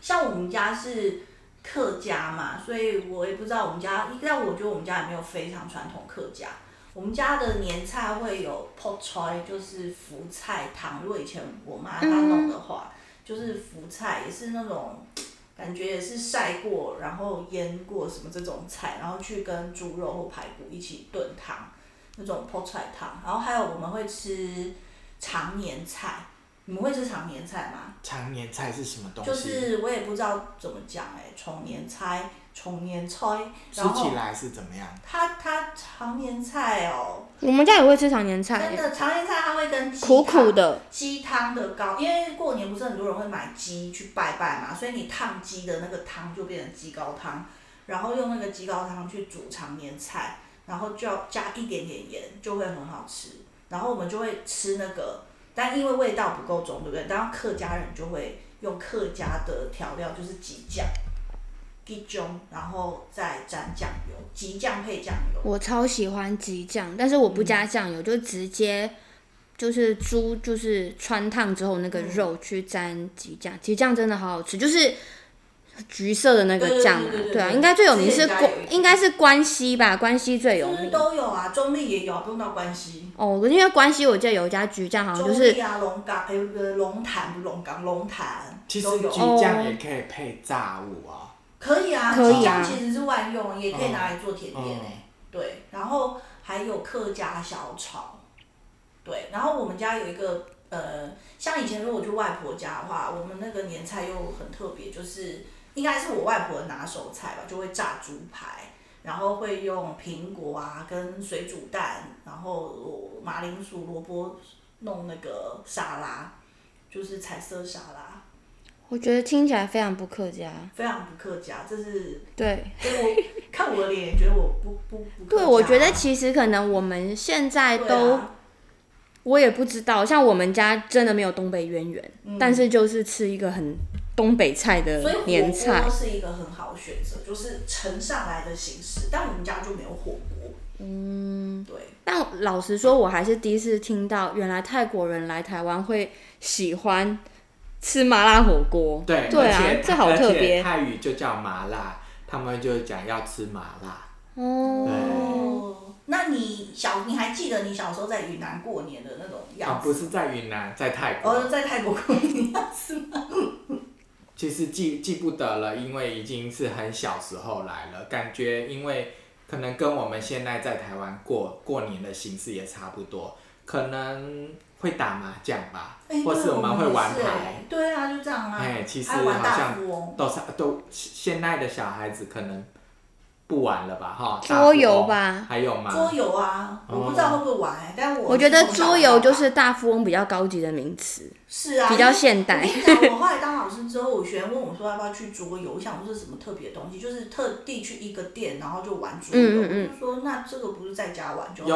Speaker 1: 像我们家是客家嘛，所以我也不知道我们家，但我觉得我们家也没有非常传统客家。我们家的年菜会有 pot choy，就是福菜汤。如果以前我妈她弄的话，就是福菜，也是那种感觉也是晒过，然后腌过什么这种菜，然后去跟猪肉或排骨一起炖汤，那种 pot choy 汤。然后还有我们会吃常年菜，你们会吃常年菜吗？
Speaker 3: 常年菜是什么东西？
Speaker 1: 就是我也不知道怎么讲哎、重年菜、重年菜，
Speaker 3: 吃
Speaker 1: 然后
Speaker 3: 起来是怎么样？
Speaker 1: 它它常年菜哦，
Speaker 4: 我们家也会吃常年
Speaker 1: 真
Speaker 4: 菜，
Speaker 1: 的常年菜它会跟鸡汤
Speaker 4: 苦苦的，
Speaker 1: 鸡汤的高，因为过年不是很多人会买鸡去拜拜嘛，所以你烫鸡的那个汤就变成鸡高汤，然后用那个鸡高汤去煮常年菜，然后就要加一点点盐，就会很好吃。然后我们就会吃那个，但因为味道不够重，对不对？然后客家人就会用客家的调料，就是鸡酱、鸡盅，然后再沾酱油，鸡酱配酱油。
Speaker 4: 我超喜欢鸡酱，但是我不加酱油，就直接就是猪就是穿烫之后那个肉去沾鸡酱，鸡酱真的好好吃，就是橘色的那个酱啊
Speaker 1: 对对对对，对
Speaker 4: 对啊，应该最有名
Speaker 1: 之前
Speaker 4: 是
Speaker 1: 家
Speaker 4: 关
Speaker 1: 有一，个
Speaker 4: 应该是关西吧，关西最有
Speaker 1: 就是
Speaker 4: 名。
Speaker 1: 都有啊，中立也有啊，不用到关西。
Speaker 4: 哦，因为关西我记得有一家橘酱，好像
Speaker 1: 中
Speaker 4: 就是
Speaker 1: 立啊，龙岗，哎，不是龙潭，不是龙岗，龙潭
Speaker 3: 其实
Speaker 1: 都
Speaker 3: 橘
Speaker 1: 有，哦
Speaker 3: 酱也可以配炸物啊，
Speaker 1: 可以啊，
Speaker 4: 可以啊
Speaker 1: 鸡酱其实是万用，也可以拿来做哦甜点
Speaker 3: 嗯
Speaker 1: 诶、对，然后还有客家小炒，对，然后我们家有一个呃，像以前如果去外婆家的话，我们那个年菜又很特别，就是应该是我外婆的拿手菜吧，就会炸猪排。然后会用苹果啊，跟水煮蛋，然后马铃薯、萝卜弄那个沙拉，就是彩色沙拉，
Speaker 4: 我觉得听起来非常不客家。
Speaker 1: 非常不客家。这 是
Speaker 4: 对，
Speaker 1: 所以我看我的脸，也觉得我不不不客
Speaker 4: 对，
Speaker 1: 家啊
Speaker 4: 我觉得其实可能我们现在
Speaker 1: 对
Speaker 4: 都
Speaker 1: 啊
Speaker 4: 我也不知道，像我们家真的没有东北渊源，
Speaker 1: 嗯
Speaker 4: 但是就是吃一个很东北菜的
Speaker 1: 所以火
Speaker 4: 年菜
Speaker 1: 锅。是一个很好的选择，就是盛上来的形式。但我们家就没有火锅，嗯，对，
Speaker 4: 但老实说，我还是第一次听到，原来泰国人来台湾会喜欢吃麻辣火锅。
Speaker 3: 对，
Speaker 4: 对啊
Speaker 3: 而且
Speaker 4: 这好特别
Speaker 3: 而且泰语就叫麻辣，他们就讲要吃麻辣。
Speaker 4: 哦，
Speaker 1: 哦，那你小你还记得你小时候在云南过年的那种
Speaker 3: 啊
Speaker 1: 样，子？
Speaker 3: 不是在云南，在泰国。
Speaker 1: 哦，在泰国过年的样子吗？
Speaker 3: 其实记记不得了，因为已经是很小时候来了，感觉因为可能跟我们现在在台湾过过年的形式也差不多，可能会打麻将吧，
Speaker 1: 哎
Speaker 3: 或
Speaker 1: 对
Speaker 3: 是我们会玩
Speaker 1: 也是
Speaker 3: 牌
Speaker 1: 哎。对啊，就这样啊。
Speaker 3: 哎、其实
Speaker 1: 还
Speaker 3: 好
Speaker 1: 玩大
Speaker 3: 像
Speaker 1: 富翁，
Speaker 3: 都是都现在的小孩子可能不玩了吧，哈。大富
Speaker 4: 桌
Speaker 3: 翁
Speaker 4: 游吧
Speaker 3: 还有吗？
Speaker 1: 桌游啊，我不知道
Speaker 3: 哦
Speaker 1: 会不会玩、哎，但我
Speaker 4: 我觉
Speaker 1: 是
Speaker 4: 得
Speaker 1: 从小
Speaker 4: 桌游
Speaker 1: 到大
Speaker 4: 就是大富翁比较高级的名词，
Speaker 1: 是啊，
Speaker 4: 比较现代
Speaker 1: 我跟你 讲，我后来当老师之后，我学员问我说要不要去桌游，我想说是什么特别的东西，就是特地去一个店，然后就玩桌游。
Speaker 4: 嗯嗯嗯
Speaker 1: 我就说那这个不是在家玩就好。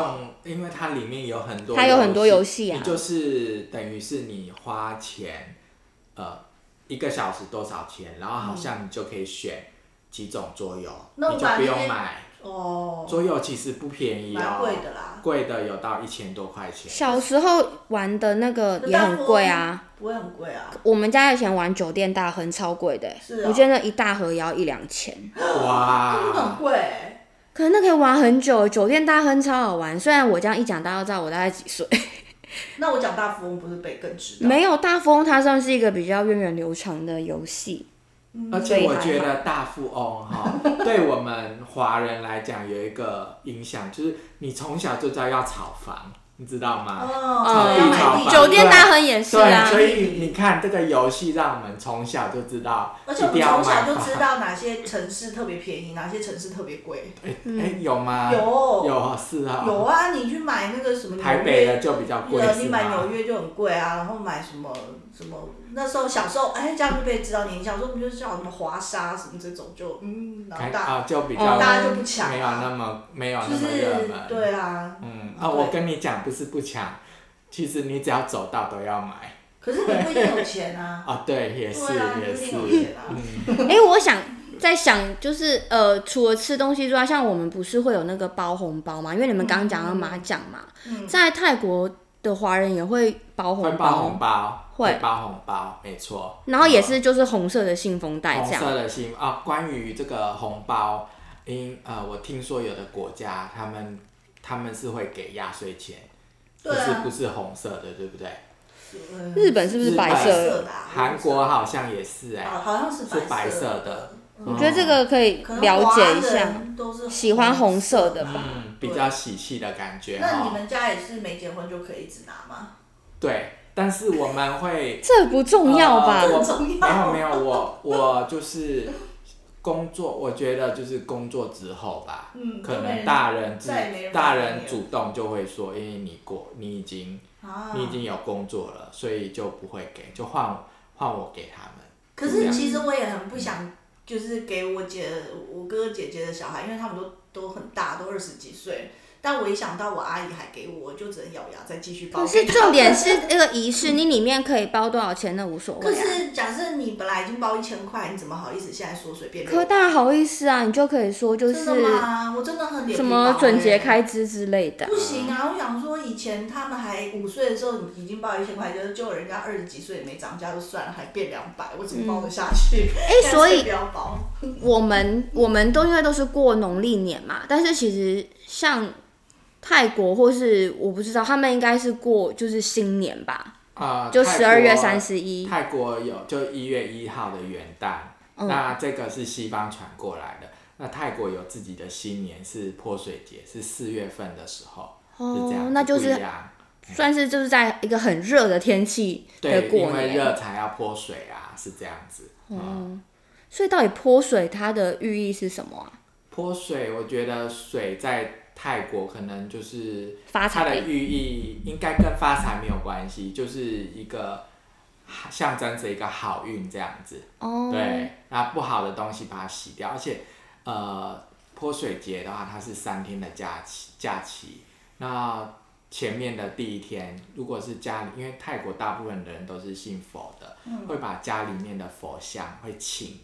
Speaker 3: 用，因为它里面有很多，
Speaker 4: 它有很多游戏啊
Speaker 3: 你就是等于是你花钱，呃，一个小时多少钱，然后好像你就可以选几种桌游，
Speaker 1: 那我
Speaker 3: 你就
Speaker 1: 把
Speaker 3: 不
Speaker 1: 那
Speaker 3: 用
Speaker 1: 边
Speaker 3: 买。
Speaker 1: 哦，
Speaker 3: 桌游其实不便宜
Speaker 1: 蛮
Speaker 3: 哦，
Speaker 1: 贵的啦，
Speaker 3: 贵的有到一千多块钱。
Speaker 4: 小时候玩的那个也很贵啊。
Speaker 1: 不会很贵啊。
Speaker 4: 我们家以前玩酒店大亨超贵的、欸
Speaker 1: 是哦
Speaker 4: 我觉得那一大盒也要一两千。
Speaker 1: 真 的很
Speaker 3: 哇，
Speaker 1: 贵、
Speaker 4: 可能那可以玩很久，酒店大亨超好玩。虽然我这样一讲，大家都知道我大概几岁。
Speaker 1: 那我讲大富翁不是被更知道？
Speaker 4: 没有大富翁，它算是一个比较源远流长的游戏。
Speaker 1: 嗯
Speaker 3: 而且我觉得大富翁哈、 对我们华人来讲有一个影响，就是你从小就知道要炒房，你知道吗？
Speaker 1: 哦，嗯要
Speaker 3: 嗯地
Speaker 1: 买地
Speaker 3: 炒房
Speaker 4: 酒店大亨也是啊
Speaker 3: 对，。所以你看这个游戏让我们从小就知道，
Speaker 1: 而且我
Speaker 3: 一
Speaker 1: 们
Speaker 3: 定要
Speaker 1: 从小
Speaker 3: 买
Speaker 1: 就
Speaker 3: 房
Speaker 1: 知道哪些城市特别便宜，哪些城市特别贵。
Speaker 3: 哎、哎有吗？
Speaker 1: 有
Speaker 3: 有是啊、
Speaker 1: 有啊，你去买那个什么纽
Speaker 3: 台北
Speaker 1: 约
Speaker 3: 的就比较贵
Speaker 1: 对，
Speaker 3: 是
Speaker 1: 你买
Speaker 3: 吗
Speaker 1: 纽？约就很贵啊，然后买什么什么，那时候小时候哎，这样就被知道年纪，小时候不就是叫什么华沙什么这种，就嗯，然后
Speaker 3: 台
Speaker 1: 大、
Speaker 3: 啊就比较
Speaker 1: 大
Speaker 4: 哦
Speaker 1: 家就不抢、
Speaker 3: 没有
Speaker 1: 啊，
Speaker 3: 那么没有
Speaker 1: 就
Speaker 3: 那么热
Speaker 1: 是
Speaker 3: 门。
Speaker 1: 对啊。
Speaker 3: 嗯啊，我跟你讲，不是不抢，其实你只要走到都要买
Speaker 1: 可是你不一定有钱啊，
Speaker 3: 啊。对， 也是
Speaker 1: 对啊，你
Speaker 3: 也嗯
Speaker 1: 不一
Speaker 3: 是
Speaker 1: 定有。钱啊。
Speaker 4: 哎、我想在想，就是呃，除了吃东西之外，像我们不是会有那个包红包嘛？因为你们刚刚讲到麻将嘛，
Speaker 1: 嗯
Speaker 4: 在泰国的华人也会包
Speaker 3: 会
Speaker 4: 红
Speaker 3: 包
Speaker 4: 包
Speaker 3: 红，包，
Speaker 4: 会
Speaker 3: 包红包，没错。哦
Speaker 4: 然后也是就是红色的信封袋
Speaker 3: 红
Speaker 4: 这样。
Speaker 3: 色的信啊，关于这个红包，因呃，我听说有的国家他们他们是会给压岁钱，
Speaker 1: 对
Speaker 3: 就是
Speaker 1: 啊
Speaker 3: 不，是红色的，对不对？
Speaker 1: 嗯
Speaker 4: 日本是不是白
Speaker 3: 白
Speaker 4: 色的？
Speaker 1: 的啊？
Speaker 3: 韩国好像也是哎、
Speaker 1: 啊，好像是
Speaker 3: 是白色
Speaker 1: 的，
Speaker 3: 的，
Speaker 4: 我觉得这个可以
Speaker 1: 可能
Speaker 4: 了
Speaker 1: 华
Speaker 4: 解一
Speaker 1: 人
Speaker 4: 下，
Speaker 1: 都是
Speaker 4: 喜欢红色的吧。
Speaker 3: 嗯，比较喜气的感觉
Speaker 1: 那你
Speaker 3: 哈。
Speaker 1: 们家也是没结婚就可以一直拿吗？
Speaker 3: 对，但是我们会
Speaker 4: 这不重要吧？
Speaker 3: 呃我
Speaker 1: 哦重
Speaker 3: 没
Speaker 1: 要
Speaker 3: 有没有，我我就是工作，我觉得就是工作之后吧，
Speaker 1: 嗯
Speaker 3: 可
Speaker 1: 就没
Speaker 3: 能
Speaker 1: 人
Speaker 3: 大人自
Speaker 1: 再也没人
Speaker 3: 大
Speaker 1: 管你
Speaker 3: 人
Speaker 1: 了
Speaker 3: 主动就会说，因为你过你已经、
Speaker 1: 啊
Speaker 3: 你已经有工作了，所以就不会给，就换我换我给他们。
Speaker 1: 可是其实我也很不想，就是给我姐、我哥哥姐姐的小孩，因为他们都都很大，都二十几岁。但我一想到我阿姨还给我，我就只能咬牙再继续包。
Speaker 4: 可是重点是那个仪式，你里面可以包多少钱，那无所
Speaker 1: 可
Speaker 4: 谓、啊。
Speaker 1: 是假设你本来已经包一千块，你怎么好意思现在说随便？
Speaker 4: 科大好意思啊，你就可以说就是
Speaker 1: 真的吗？我真的很脸皮
Speaker 4: 什么
Speaker 1: 薄
Speaker 4: 准节
Speaker 1: 欸
Speaker 4: 开支之类的。
Speaker 1: 不行啊！我想说，以前他们还五岁的时候，你已经报一千块，就是就人家二十几岁也没涨价就算了，还变两百，我怎么报得下去？ 哎、
Speaker 4: 哎所以
Speaker 1: 不要包。
Speaker 4: 我们我们都因为都是过农历年嘛，但是其实像泰国或是我不知道，他们应该是过就是新年吧，
Speaker 3: 啊、
Speaker 4: 就
Speaker 3: 泰
Speaker 4: 十二月
Speaker 3: 国
Speaker 4: 三十一。
Speaker 3: 泰国有就一月一号的元旦，
Speaker 4: 嗯
Speaker 3: 那这个是西方传过来的。那泰国有自己的新年是泼水节，是四月份的时候，是这样
Speaker 4: 哦
Speaker 3: 子，
Speaker 4: 那就
Speaker 3: 不一
Speaker 4: 是
Speaker 3: 样
Speaker 4: 算是就是在一个很热的天气的
Speaker 3: 对，
Speaker 4: 过
Speaker 3: 因为
Speaker 4: 年，
Speaker 3: 热才要泼水啊，是这样子。嗯，
Speaker 4: 所以到底泼水它的寓意是什么啊？
Speaker 3: 泼水，我觉得水在泰国可能就是
Speaker 4: 发
Speaker 3: 它的
Speaker 4: 财
Speaker 3: 寓意应该跟发财没有关系，就是一个象征着一个好运这样子。
Speaker 4: 哦，
Speaker 3: 对，那不好的东西把它洗掉，而且呃，泼水节的话，它是三天的假期，假期那前面的第一天，如果是家里，因为泰国大部分人都是信佛的，会把家里面的佛像会请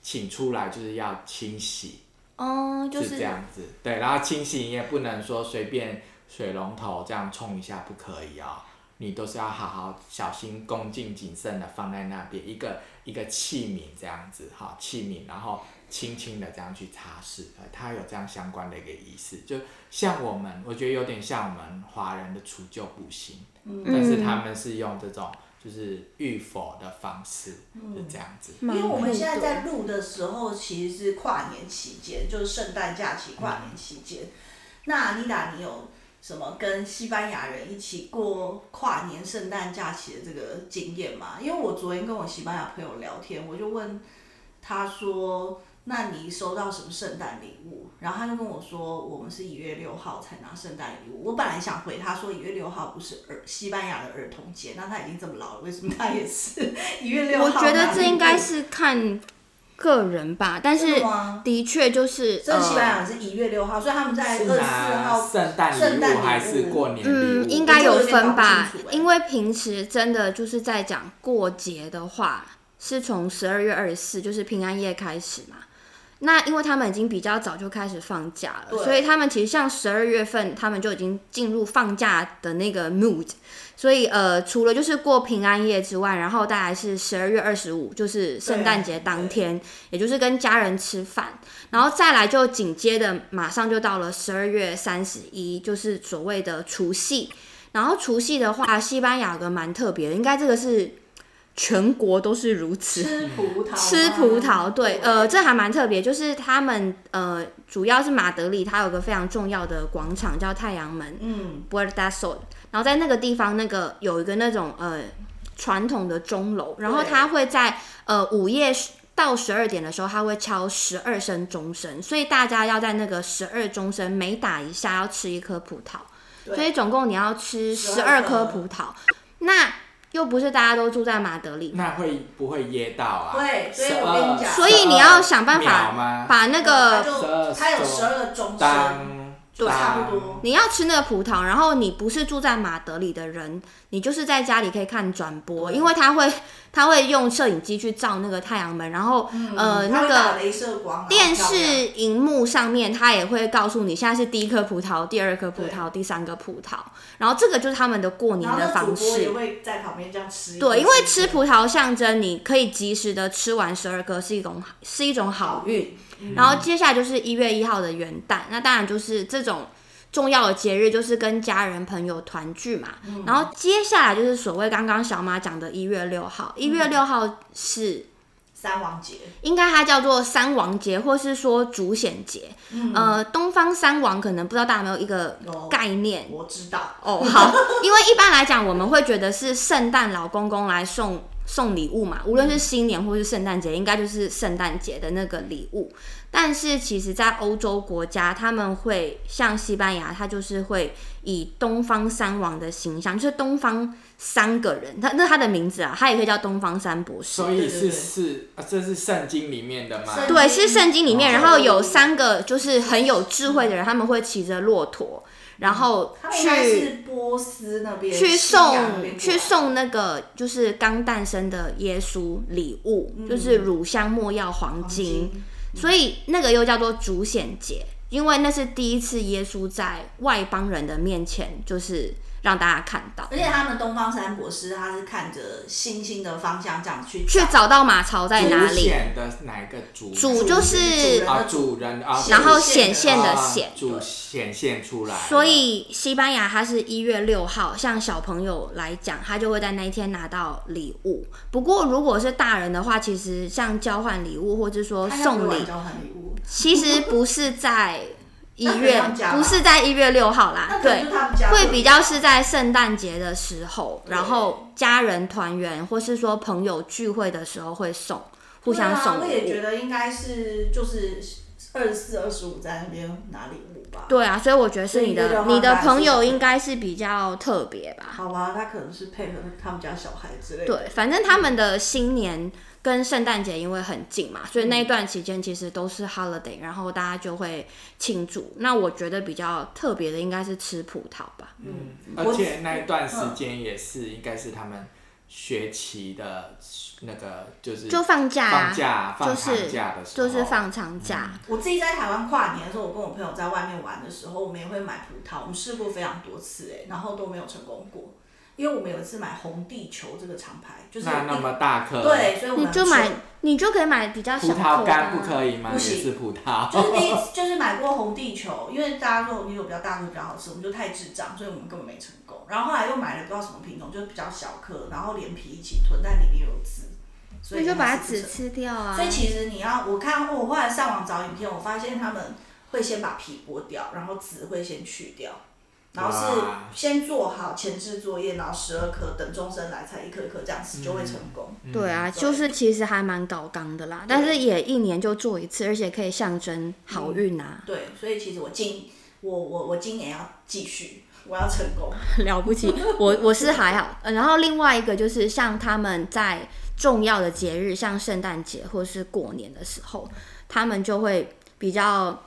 Speaker 3: 请出来，就是要清洗，
Speaker 4: 哦，就是
Speaker 3: 这
Speaker 4: 是
Speaker 3: 样子。对，然后清洗你也不能说随便水龙头这样冲一下，不可以哦。你都是要好好小心、恭敬、谨慎的放在那边，一个一个器皿这样子哈，器皿，然后轻轻的这样去擦拭，呃它有这样相关的一个仪式，就像我们，我觉得有点像我们华人的除旧布新，但
Speaker 4: 嗯
Speaker 3: 是他们是用这种就是浴佛的方式，是这样子。
Speaker 1: 因
Speaker 4: 蛮
Speaker 1: 为我们现在在
Speaker 4: 酷的
Speaker 1: 录的时候，其实是跨年期间，就是圣诞假期、跨年期间。那妮达，你有什么跟西班牙人一起过跨年、圣诞假期的这个经验吗？因为我昨天跟我西班牙朋友聊天，我就问他说：“那你收到什么圣诞礼物？”然后他就跟我说：“我们是一月六号才拿圣诞礼物。”我本来想回他说：“一月六号不是儿西班牙的儿童节，那他已经这么老了，为什么他也是 一月六号
Speaker 4: 我
Speaker 1: 拿
Speaker 4: 觉
Speaker 1: 礼物？”
Speaker 4: 得这应该是看个人吧，但
Speaker 1: 真
Speaker 4: 是
Speaker 1: 的吗
Speaker 4: 的确就是
Speaker 1: 所以西班
Speaker 4: 呃，
Speaker 1: 牙是一月六号，所以他们在二十
Speaker 3: 是啊
Speaker 1: 四
Speaker 3: 拿
Speaker 1: 号
Speaker 3: 圣诞
Speaker 1: 圣
Speaker 3: 礼
Speaker 1: 诞
Speaker 3: 物还
Speaker 1: 礼
Speaker 3: 是
Speaker 1: 物
Speaker 3: 过年礼物？
Speaker 4: 嗯，应该有分
Speaker 1: 我
Speaker 4: 吧
Speaker 1: 就有点搞不清楚，欸
Speaker 4: 因为平时真的就是在讲过节的话，是从十二月二十四，就是平安夜开始嘛。那因为他们已经比较早就开始放假了，
Speaker 1: 对
Speaker 4: 所以他们其实像十二月份，他们就已经进入放假的那个 mood。所以呃，除了就是过平安夜之外，然后大概是十二月二十五，就是圣诞节当天，也就是跟家人吃饭，然后再来就紧接着马上就到了十二月三十一，就是所谓的除夕。然后除夕的话，西班牙有个蛮特别的，应该这个是全国都是如此。
Speaker 1: 吃葡萄吗，
Speaker 4: 吃葡萄，对，呃，这还蛮特别，就是他们呃，主要是马德里，它有个非常重要的广场叫太阳门
Speaker 1: 嗯，
Speaker 4: （Puerta Sol），然后在那个地方，那个有一个那种呃传统的钟楼，然后
Speaker 1: 对
Speaker 4: 它会在呃午夜十到十二点的时候，它会敲十二声钟声，所以大家要在那个十二钟声每打一下要吃一颗葡萄，
Speaker 1: 对
Speaker 4: 所以总共你要吃十
Speaker 1: 12
Speaker 4: 二
Speaker 1: 颗
Speaker 4: 颗葡萄，那又不是大家都住在马德里，
Speaker 3: 那会不会噎到啊？
Speaker 1: 会所以我
Speaker 3: 12
Speaker 1: 跟你讲
Speaker 4: 所以你要想办
Speaker 3: 秒
Speaker 4: 法
Speaker 3: 吗
Speaker 4: 把那
Speaker 1: 他
Speaker 4: 个，
Speaker 1: 就他有十二个钟声，
Speaker 3: 当
Speaker 1: 就差不多。
Speaker 4: 你要吃那个葡萄，然后你不是住在马德里的人，你就是在家里可以看转播，因为他会他会用摄影机去照那个太阳门，然后、呃
Speaker 1: 嗯他会
Speaker 4: 那
Speaker 1: 打
Speaker 4: 个
Speaker 1: 镭射光，
Speaker 4: 电
Speaker 1: 然后照亮
Speaker 4: 视荧幕上面它也会告诉你现在是第一颗葡萄、第二颗葡萄、第三颗葡萄，然后这个就是他们的过年
Speaker 1: 然后
Speaker 4: 的
Speaker 1: 那主
Speaker 4: 方
Speaker 1: 播也
Speaker 4: 式。
Speaker 1: 会在旁边这样吃一个，
Speaker 4: 对，因为吃葡萄象征你可以及时的吃完十二颗是一种是一种好运，
Speaker 1: 嗯
Speaker 4: 然后接下来就是一月一号的元旦，那当然就是这种重要的节日，就是跟家人朋友团聚嘛。然后接下来就是所谓刚刚小马讲的一月六号，一月六号是
Speaker 1: 三王节，
Speaker 4: 应该它叫做三王节，或是说主显节。
Speaker 1: 嗯
Speaker 4: 呃，东方三王可能不知道大家有没有一个
Speaker 1: 有
Speaker 4: 概念
Speaker 1: 我知道，
Speaker 4: 哦。好， 因为一般来讲，我们会觉得是圣诞老公公来送送礼物嘛，无论是新年或是圣诞节，应该就是圣诞节的那个礼物。但是其实，在欧洲国家，他们会像西班牙，它就是会以东方三王的形象，就是东方三个人，他那他的名字啊，他也可以叫东方三博士。
Speaker 3: 所以
Speaker 1: 对对对
Speaker 3: 是是啊，这是圣经里面的吗？
Speaker 1: 圣
Speaker 4: 对，是圣经里面，
Speaker 3: 哦
Speaker 4: 然后有三个就是很有智慧的人，他们会骑着骆驼，然后
Speaker 1: 他们应该
Speaker 4: 哦去
Speaker 1: 是波斯那边
Speaker 4: 去
Speaker 1: 西亚那边
Speaker 4: 送去
Speaker 1: 过来
Speaker 4: 送那个就是刚诞生的耶稣礼物，就是乳香、没药、嗯黄
Speaker 1: 黄
Speaker 4: 金，
Speaker 1: 金，
Speaker 4: 所以那个又叫做主显节，因为那是第一次耶稣在外邦人的面前，就是让大家看到。
Speaker 1: 而且他们东方三博士他是看着星星的方向这样去
Speaker 4: 去找到马槽在哪
Speaker 3: 主
Speaker 4: 里？
Speaker 3: 显的哪一个主？
Speaker 4: 主就是
Speaker 3: 啊，主人啊，
Speaker 4: 然后
Speaker 1: 显
Speaker 4: 显现的
Speaker 3: 啊
Speaker 4: 显，
Speaker 3: 主显现出来了。
Speaker 4: 所以西班牙它是一月六号，像小朋友来讲，他就会在那一天拿到礼物。不过如果是大人的话，其实像交换礼物或者说送礼，
Speaker 1: 交换礼物，
Speaker 4: 其实不是在一
Speaker 1: 那可以
Speaker 4: 月
Speaker 1: 让家，吧
Speaker 4: 不是在一月六号
Speaker 1: 那
Speaker 4: 啦，
Speaker 1: 可能
Speaker 4: 对
Speaker 1: 就，他们家
Speaker 4: 会比较是在圣诞节的时候，
Speaker 1: 对
Speaker 4: 然后家人团圆或是说朋友聚会的时候会送，互相
Speaker 1: 对啊
Speaker 4: 送
Speaker 1: 我也
Speaker 4: 礼
Speaker 1: 觉
Speaker 4: 物。
Speaker 1: 得应该是就是二十四、二十五在那边拿礼物吧。
Speaker 4: 对啊，所以我觉得是
Speaker 1: 所以
Speaker 4: 你的
Speaker 1: 一月六号
Speaker 4: 你的朋
Speaker 1: 大概
Speaker 4: 友
Speaker 1: 是
Speaker 4: 应该是比较特别吧。
Speaker 1: 好吧，他可能是配合他们家小孩之类的。
Speaker 4: 对，反正他们的新年跟圣诞节因为很近嘛，所以那一段期间其实都是 holiday，然后大家就会庆祝。那我觉得比较特别的应该是吃葡萄吧。
Speaker 1: 嗯，
Speaker 3: 而且那一段时间也是，应该是他们学期的那个就是
Speaker 4: 就放假啊
Speaker 3: 放假放
Speaker 4: 就是
Speaker 3: 长假的时候，嗯
Speaker 4: 就是放长假，
Speaker 1: 我自己在台湾跨年的时候，我跟我朋友在外面玩的时候，我们也会买葡萄，我们试过非常多次、哎，然后都没有成功过。因为我们有一次买红地球这个厂牌，就是
Speaker 3: 那那么大颗，，
Speaker 1: 对，所以我们
Speaker 4: 你
Speaker 1: 很
Speaker 4: 就买
Speaker 1: 顺，
Speaker 4: 你就可以买比较
Speaker 3: 葡
Speaker 4: 小
Speaker 3: 萄
Speaker 4: 颗的
Speaker 3: 干
Speaker 4: 啊、
Speaker 3: 不可以吗？
Speaker 1: 不
Speaker 3: 也
Speaker 1: 行
Speaker 3: 是葡 萄，
Speaker 1: 就是第一次就是买过红地球，因为大家说红地球比较大颗比较好吃，我们就太智障，所以我们根本没成功。然后后来又买了不知道什么品种，就是比较小颗，然后连皮一起吞，但里面有籽，所以
Speaker 4: 那就把
Speaker 1: 还是
Speaker 4: 它
Speaker 1: 不
Speaker 4: 籽
Speaker 1: 成
Speaker 4: 吃掉啊
Speaker 1: 所。以其实你要，我看哦我后来上网找影片，我发现他们会先把皮剥掉，然后籽会先去掉，然后是
Speaker 3: 哇
Speaker 1: 先做好前置作业，然后十二颗等钟声来才一颗一颗这样吃就会成功。
Speaker 3: 嗯
Speaker 4: 对啊，
Speaker 1: 对
Speaker 4: 就是其实还蛮搞纲的啦，但是也一年就做一次，而且可以象征好运啊，
Speaker 1: 对，所以其实我今我我我今年要继续，我要成功。
Speaker 4: 了不起，我我是还好。呃然后另外一个就是像他们在重要的节日，像圣诞节或是过年的时候，他们就会比较，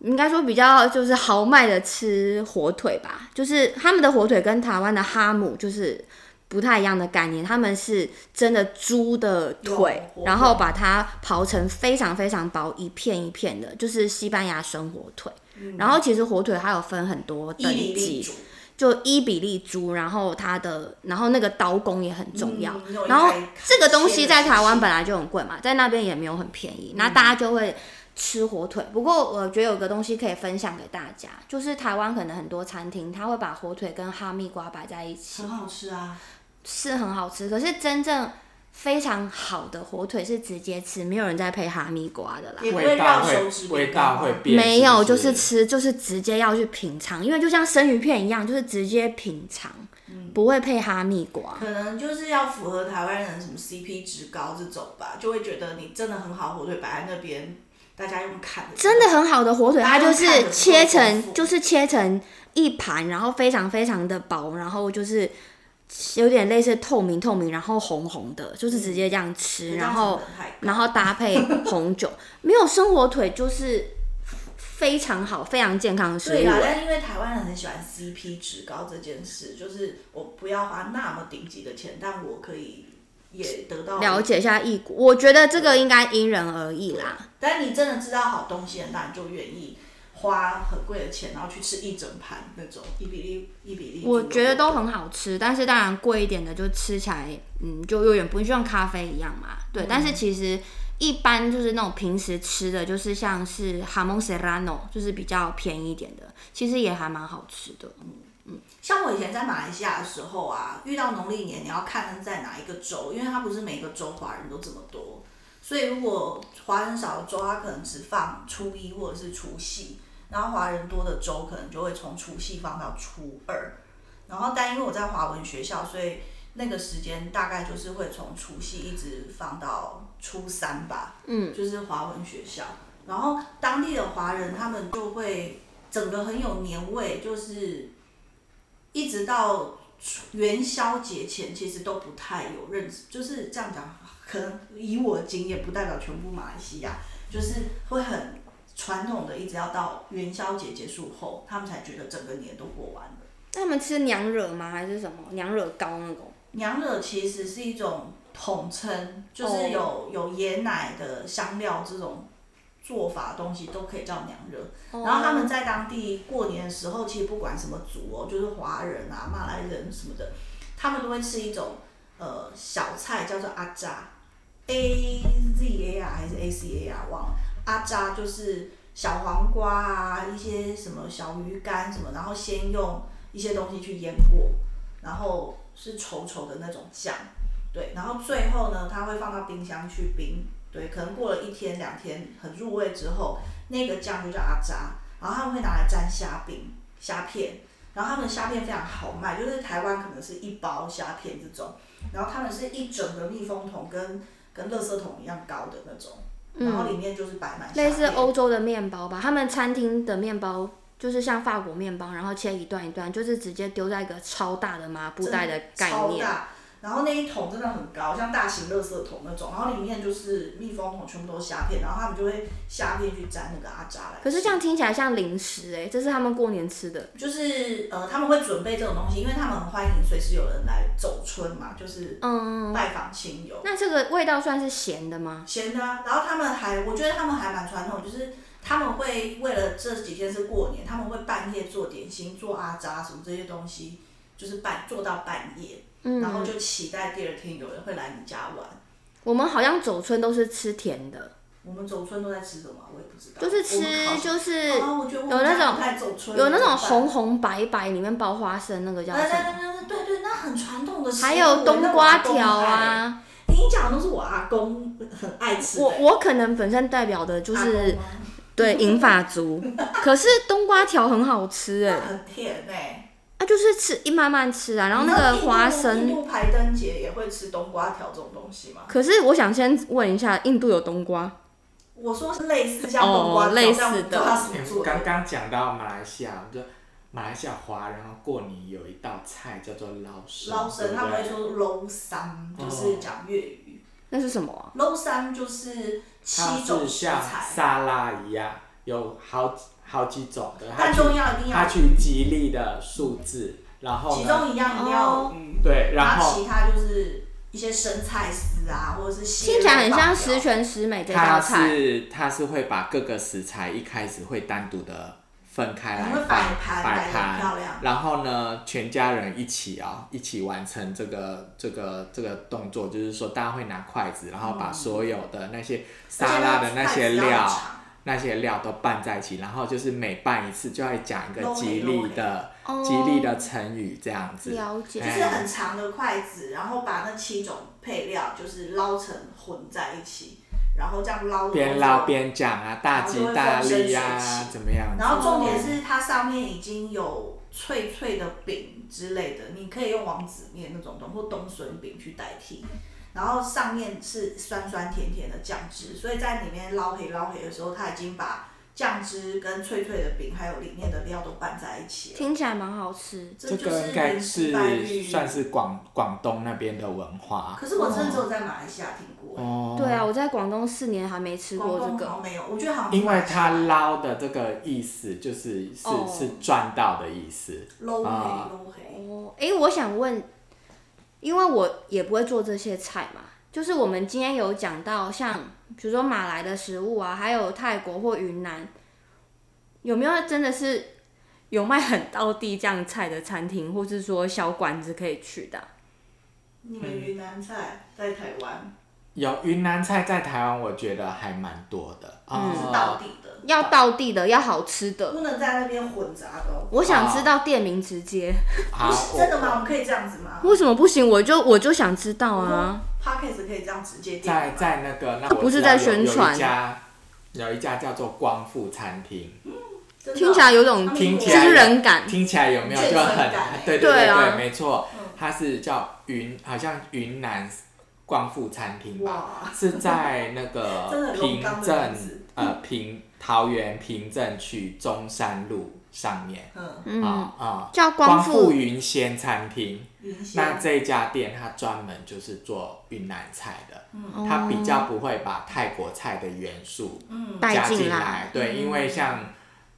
Speaker 4: 应该说比较就是豪迈的吃火腿吧，就是他们的火腿跟台湾的哈姆就是。不太一样的概念，他们是真的猪的腿
Speaker 1: 有火腿，
Speaker 4: 然后把它刨成非常非常薄，一片一片的，就是西班牙生火腿。
Speaker 1: 嗯
Speaker 4: 然后其实火腿还有分很多
Speaker 1: 伊
Speaker 4: 等
Speaker 1: 犁
Speaker 4: 级
Speaker 1: 立，主，
Speaker 4: 就伊比利猪，然后它的，然后那个刀工也很重要。
Speaker 1: 嗯
Speaker 4: 然后这个东西在台湾本
Speaker 1: 来
Speaker 4: 来就很贵嘛，在那边也没有很便宜，那大家就会吃火腿。不过我觉得有个东西可以分享给大家，就是台湾可能很多餐厅它会把火腿跟哈密瓜摆在一起，
Speaker 1: 很好吃啊，
Speaker 4: 是很好吃。可是真正非常好的火腿是直接吃，没有人再配哈密瓜的啦。
Speaker 1: 也不会
Speaker 3: 味道
Speaker 1: 让手
Speaker 3: 会
Speaker 1: 指
Speaker 3: 味
Speaker 1: 变
Speaker 3: 道
Speaker 1: 干
Speaker 3: 会
Speaker 1: 吗
Speaker 3: 变，
Speaker 4: 没有，
Speaker 3: 不
Speaker 4: 就是吃，就是直接要去品尝，因为就像生鱼片一样，就是直接品尝，不会配哈密瓜。
Speaker 1: 可能就是要符合台湾人什么 CP 值高这种吧，就会觉得你真的很好，火腿摆在那边，大家用看的。
Speaker 4: 真的很好的火腿，它就
Speaker 1: 大家
Speaker 4: 是切
Speaker 1: 看着不会丰
Speaker 4: 成
Speaker 1: 富
Speaker 4: 就是切成一盘，然后非常非常的薄，然后就是有点类似透明透明，然后红红的，嗯就是直接这样吃，然后然后搭配红酒，没有生火腿就是非常好、非常健康的食
Speaker 1: 对啦，
Speaker 4: 物。啊
Speaker 1: 但因为台湾人很喜欢 CP 值高这件事，就是我不要花那么顶级的钱，但我可以也得到
Speaker 4: 了。解一下异国，我觉得这个应该因人而异啦。
Speaker 1: 但你真的知道好东西，当然就愿意花很贵的钱，然后去吃一整盘那种一比例一比例。
Speaker 4: 我觉得都很好吃，但是当然贵一点的就吃起来，嗯，就有点不像咖啡一样嘛。对，但是其实一般就是那种平时吃的，就是像是 Hamon Serrano，就是比较便宜一点的，其实也还蛮好吃的。
Speaker 1: 像我以前在马来西亚的时候啊，遇到农历年，你要看在哪一个州，因为它不是每个州华人都这么多，所以如果华人少的州，它可能只放初一或者是除夕，然后华人多的州可能就会从除夕放到初二。然后，但因为我在华文学校，所以那个时间大概就是会从除夕一直放到初三吧。嗯，就是华文学校。然后当地的华人他们就会整个很有年味，就是一直到元宵节前，其实都不太有认识，就是这样讲，可能以我的经验，不代表全部马来西亚，就是会很传统的，一直要到元宵节结束后，他们才觉得整个年都过完了。
Speaker 4: 那他们吃娘惹吗？还是什么娘惹糕那种？
Speaker 1: 娘惹其实是一种统称，就是有、有椰奶的香料这种做法的东西都可以叫娘惹。然后他们在当地过年的时候，其实不管什么族哦，就是华人啊、马来人什么的，他们都会吃一种呃小菜，叫做阿扎，A Z A R 还是 A C A R 忘了。阿扎就是小黄瓜啊，一些什么小鱼干什么，然后先用一些东西去腌过，然后是稠稠的那种酱，对，然后最后呢，它会放到冰箱去冰，对，可能过了一天两天很入味之后，那个酱就叫阿扎，然后他们会拿来沾虾饼、虾片，然后他们的虾片非常好卖，就是台湾可能是一包虾片这种，然后他们是一整个密封桶跟跟垃圾桶一样高的那种，然后里面就是摆满虾
Speaker 4: 类似
Speaker 1: 片
Speaker 4: 欧洲的面包吧，他们餐厅的面包就是像法国面包，然后切一段一段，就是直接丢在一个超大的麻布袋的概
Speaker 1: 超
Speaker 4: 念。
Speaker 1: 大，然后那一桶真的很高，像大型垃圾桶那种，然后里面就是密封桶，全部都是虾片，然后他们就会虾片去沾那个阿扎来。
Speaker 4: 可是这样听起来像零食哎、这是他们过年吃的。
Speaker 1: 就是呃，他们会准备这种东西，因为他们很欢迎随时有人来走春嘛，就是
Speaker 4: 嗯，
Speaker 1: 拜访亲友。
Speaker 4: 那这个味道算是咸的吗？
Speaker 1: 闲的、啊，然后他们还，我觉得他们还蛮传统，就是他们会为了这几天是过年，他们会半夜做点心、做阿扎什么这些东西，就是半做到半夜，
Speaker 4: 嗯
Speaker 1: 然后就期待第二天有人会来你家玩。
Speaker 4: 我们好像走春都是吃甜的，
Speaker 1: 我们走春都在吃什么？啊我也不知道。
Speaker 4: 就是吃
Speaker 1: 哦我们好像
Speaker 4: 就是
Speaker 1: 啊，我觉得我
Speaker 4: 有
Speaker 1: 们
Speaker 4: 那
Speaker 1: 家
Speaker 4: 种
Speaker 1: 不太走春
Speaker 4: 有那种。
Speaker 1: 怎么
Speaker 4: 红红白白里面包花生那个叫
Speaker 1: 办对
Speaker 4: 什
Speaker 1: 对
Speaker 4: 么？
Speaker 1: 对对对对，那很传统的食物。
Speaker 4: 还有冬瓜条
Speaker 1: 哎。
Speaker 4: 啊，
Speaker 1: 那我阿公爱你讲的都是我阿公很爱吃的。啊
Speaker 4: 我我可能本身代表的就
Speaker 1: 阿
Speaker 4: 是
Speaker 1: 公吗
Speaker 4: 对银发 族，可是冬瓜条很好吃哎、
Speaker 1: 很甜哎。
Speaker 4: 啊就是吃一慢慢吃啊，然后那
Speaker 1: 你
Speaker 4: 个
Speaker 1: 知道印度
Speaker 4: 花
Speaker 1: 印
Speaker 4: 生。
Speaker 1: 度排灯节也会吃冬瓜条这种东西吗？
Speaker 4: 可是我想先问一下，印度有冬瓜？
Speaker 1: 我说是类似像冬瓜条，
Speaker 4: 哦类似
Speaker 1: 但我不知道
Speaker 4: 的
Speaker 1: 它什么
Speaker 3: 欸
Speaker 1: 做
Speaker 3: 刚
Speaker 1: 的。
Speaker 3: 刚讲到马来西亚，就马来西亚华人过年有一道菜叫做捞生，
Speaker 1: 捞生，
Speaker 3: 对
Speaker 1: 他
Speaker 3: 不
Speaker 1: 们会
Speaker 3: 对？
Speaker 1: 说捞三，就是讲粤语。
Speaker 4: 那是什么啊？
Speaker 1: 捞三就是
Speaker 3: 哦它
Speaker 1: 七种
Speaker 3: 是
Speaker 1: 食
Speaker 3: 像
Speaker 1: 材，
Speaker 3: 沙拉一样，有好几好几种的。它
Speaker 1: 但
Speaker 3: 取
Speaker 1: 重要一定要
Speaker 3: 它取吉利的数字，然后
Speaker 1: 其
Speaker 3: 呢？
Speaker 1: 中一样一定要
Speaker 4: 哦
Speaker 1: 嗯
Speaker 3: 对，然
Speaker 1: 那
Speaker 3: 后
Speaker 1: 其他就是一些生菜丝啊，或者是蟹
Speaker 4: 听起来很像
Speaker 1: 肉
Speaker 4: 十全十美这道
Speaker 3: 它
Speaker 4: 菜。
Speaker 3: 是它是会把各个食材一开始会单独的分开来
Speaker 1: 你会
Speaker 3: 放
Speaker 1: 摆盘摆
Speaker 3: 摆
Speaker 1: 得
Speaker 3: 盘，
Speaker 1: 漂亮
Speaker 3: 然后呢，全家人一起啊、一起完成这个这个这个动作，就是说大家会拿筷子，然后
Speaker 1: 嗯
Speaker 3: 把所有的那些沙拉的那些
Speaker 1: 而且它的
Speaker 3: 料
Speaker 1: 菜比较长。
Speaker 3: 那些料都拌在一起，然后就是每拌一次就会讲一个
Speaker 1: 肉类
Speaker 3: 吉
Speaker 1: 肉
Speaker 3: 利
Speaker 1: 类
Speaker 3: 的、
Speaker 4: 哦
Speaker 3: 吉利的成语这样子。
Speaker 4: 了解
Speaker 1: 就是
Speaker 3: 哎
Speaker 1: 很长的筷子，然后把那七种配料就是捞成混在一起，然后这样捞的
Speaker 3: 边
Speaker 1: 动
Speaker 3: 捞
Speaker 1: 作
Speaker 3: 边讲啊，大
Speaker 1: 然后
Speaker 3: 吉
Speaker 1: 就会
Speaker 3: 大
Speaker 1: 风生
Speaker 3: 利
Speaker 1: 水
Speaker 3: 啊
Speaker 1: 起，
Speaker 3: 怎么样子？
Speaker 1: 然后重
Speaker 4: 哦
Speaker 1: 点是它上面已经有脆脆的饼之类的，你可以用王子面那种东或冬笋饼去代替。然后上面是酸酸甜甜的酱汁，所以在里面捞黑捞黑的时候，它已经把酱汁跟脆脆的饼还有里面的料都拌在一起了。
Speaker 4: 听起来蛮好吃。
Speaker 1: 这就
Speaker 3: 个
Speaker 1: 是
Speaker 3: 应该
Speaker 1: 零食白
Speaker 3: 是
Speaker 1: 玉
Speaker 3: 算是广广东那边的文化
Speaker 1: 可是我真的只
Speaker 4: 哦
Speaker 1: 有在马来西亚听过，
Speaker 3: 哦。
Speaker 4: 对啊，我在广东四年还没吃过
Speaker 1: 广
Speaker 4: 这
Speaker 1: 东
Speaker 4: 个
Speaker 1: 好。像没有，我觉得好像
Speaker 3: 因为他捞的这个意思就是是、
Speaker 4: 哦
Speaker 3: 是赚到的意思，
Speaker 1: 搂黑
Speaker 3: 啊
Speaker 1: 搂黑，
Speaker 4: 哦，诶，我想问，因为我也不会做这些菜嘛，就是我们今天有讲到像比如说马来的食物啊，还有泰国或云南，有没有真的是有卖很道地这样菜的餐厅，或是说小馆子可以去的啊、
Speaker 1: 你们云南菜在台湾
Speaker 3: 有云南菜在台湾，我觉得还蛮多的。
Speaker 4: 嗯
Speaker 1: 是
Speaker 3: 哦
Speaker 1: 到底的，
Speaker 4: 要道地的，要好吃的。
Speaker 1: 不能在那边混杂的哦。
Speaker 4: 我想知道店名直接，
Speaker 3: 好
Speaker 1: 不，是
Speaker 3: 啊我
Speaker 1: 真的吗？我们可以这样子吗
Speaker 4: 为什么不行？我就我就想知道啊。
Speaker 1: p o d c a s 可以这样直接订吗
Speaker 3: 在在那个，那
Speaker 4: 他
Speaker 3: 我
Speaker 4: 不是
Speaker 3: 知道
Speaker 4: 在
Speaker 3: 有
Speaker 4: 宣
Speaker 3: 有
Speaker 4: 传
Speaker 3: 一家，有一家叫做光复餐厅，
Speaker 1: 真的哦
Speaker 4: 听起来有种
Speaker 1: 他们
Speaker 3: 听起来
Speaker 4: 知人感，
Speaker 3: 听起来有没有
Speaker 1: 健
Speaker 3: 就
Speaker 1: 身
Speaker 3: 很
Speaker 1: 感欸
Speaker 3: 对
Speaker 4: 对
Speaker 3: 对，
Speaker 4: 啊
Speaker 3: 没错
Speaker 1: 嗯，
Speaker 3: 它是叫云，好像云南光复餐厅吧，
Speaker 1: 哇，
Speaker 3: 是在那
Speaker 1: 真的
Speaker 3: 个
Speaker 1: 很
Speaker 3: 平
Speaker 1: 荣刚的
Speaker 3: 镇
Speaker 1: 名字
Speaker 3: 呃平桃园平镇区中山路上面
Speaker 1: 嗯，
Speaker 3: 啊
Speaker 4: 嗯，
Speaker 3: 啊。
Speaker 4: 叫
Speaker 3: 光
Speaker 4: 光
Speaker 3: 复
Speaker 4: 复
Speaker 3: 云仙餐厅，
Speaker 1: 云仙
Speaker 3: 那这家店它专门就是做云南菜的，
Speaker 4: 哦
Speaker 3: 它比较不会把泰国菜的元素
Speaker 1: 嗯
Speaker 4: 带
Speaker 3: 加
Speaker 4: 进
Speaker 3: 进
Speaker 4: 来嗯
Speaker 3: 来，对，因为像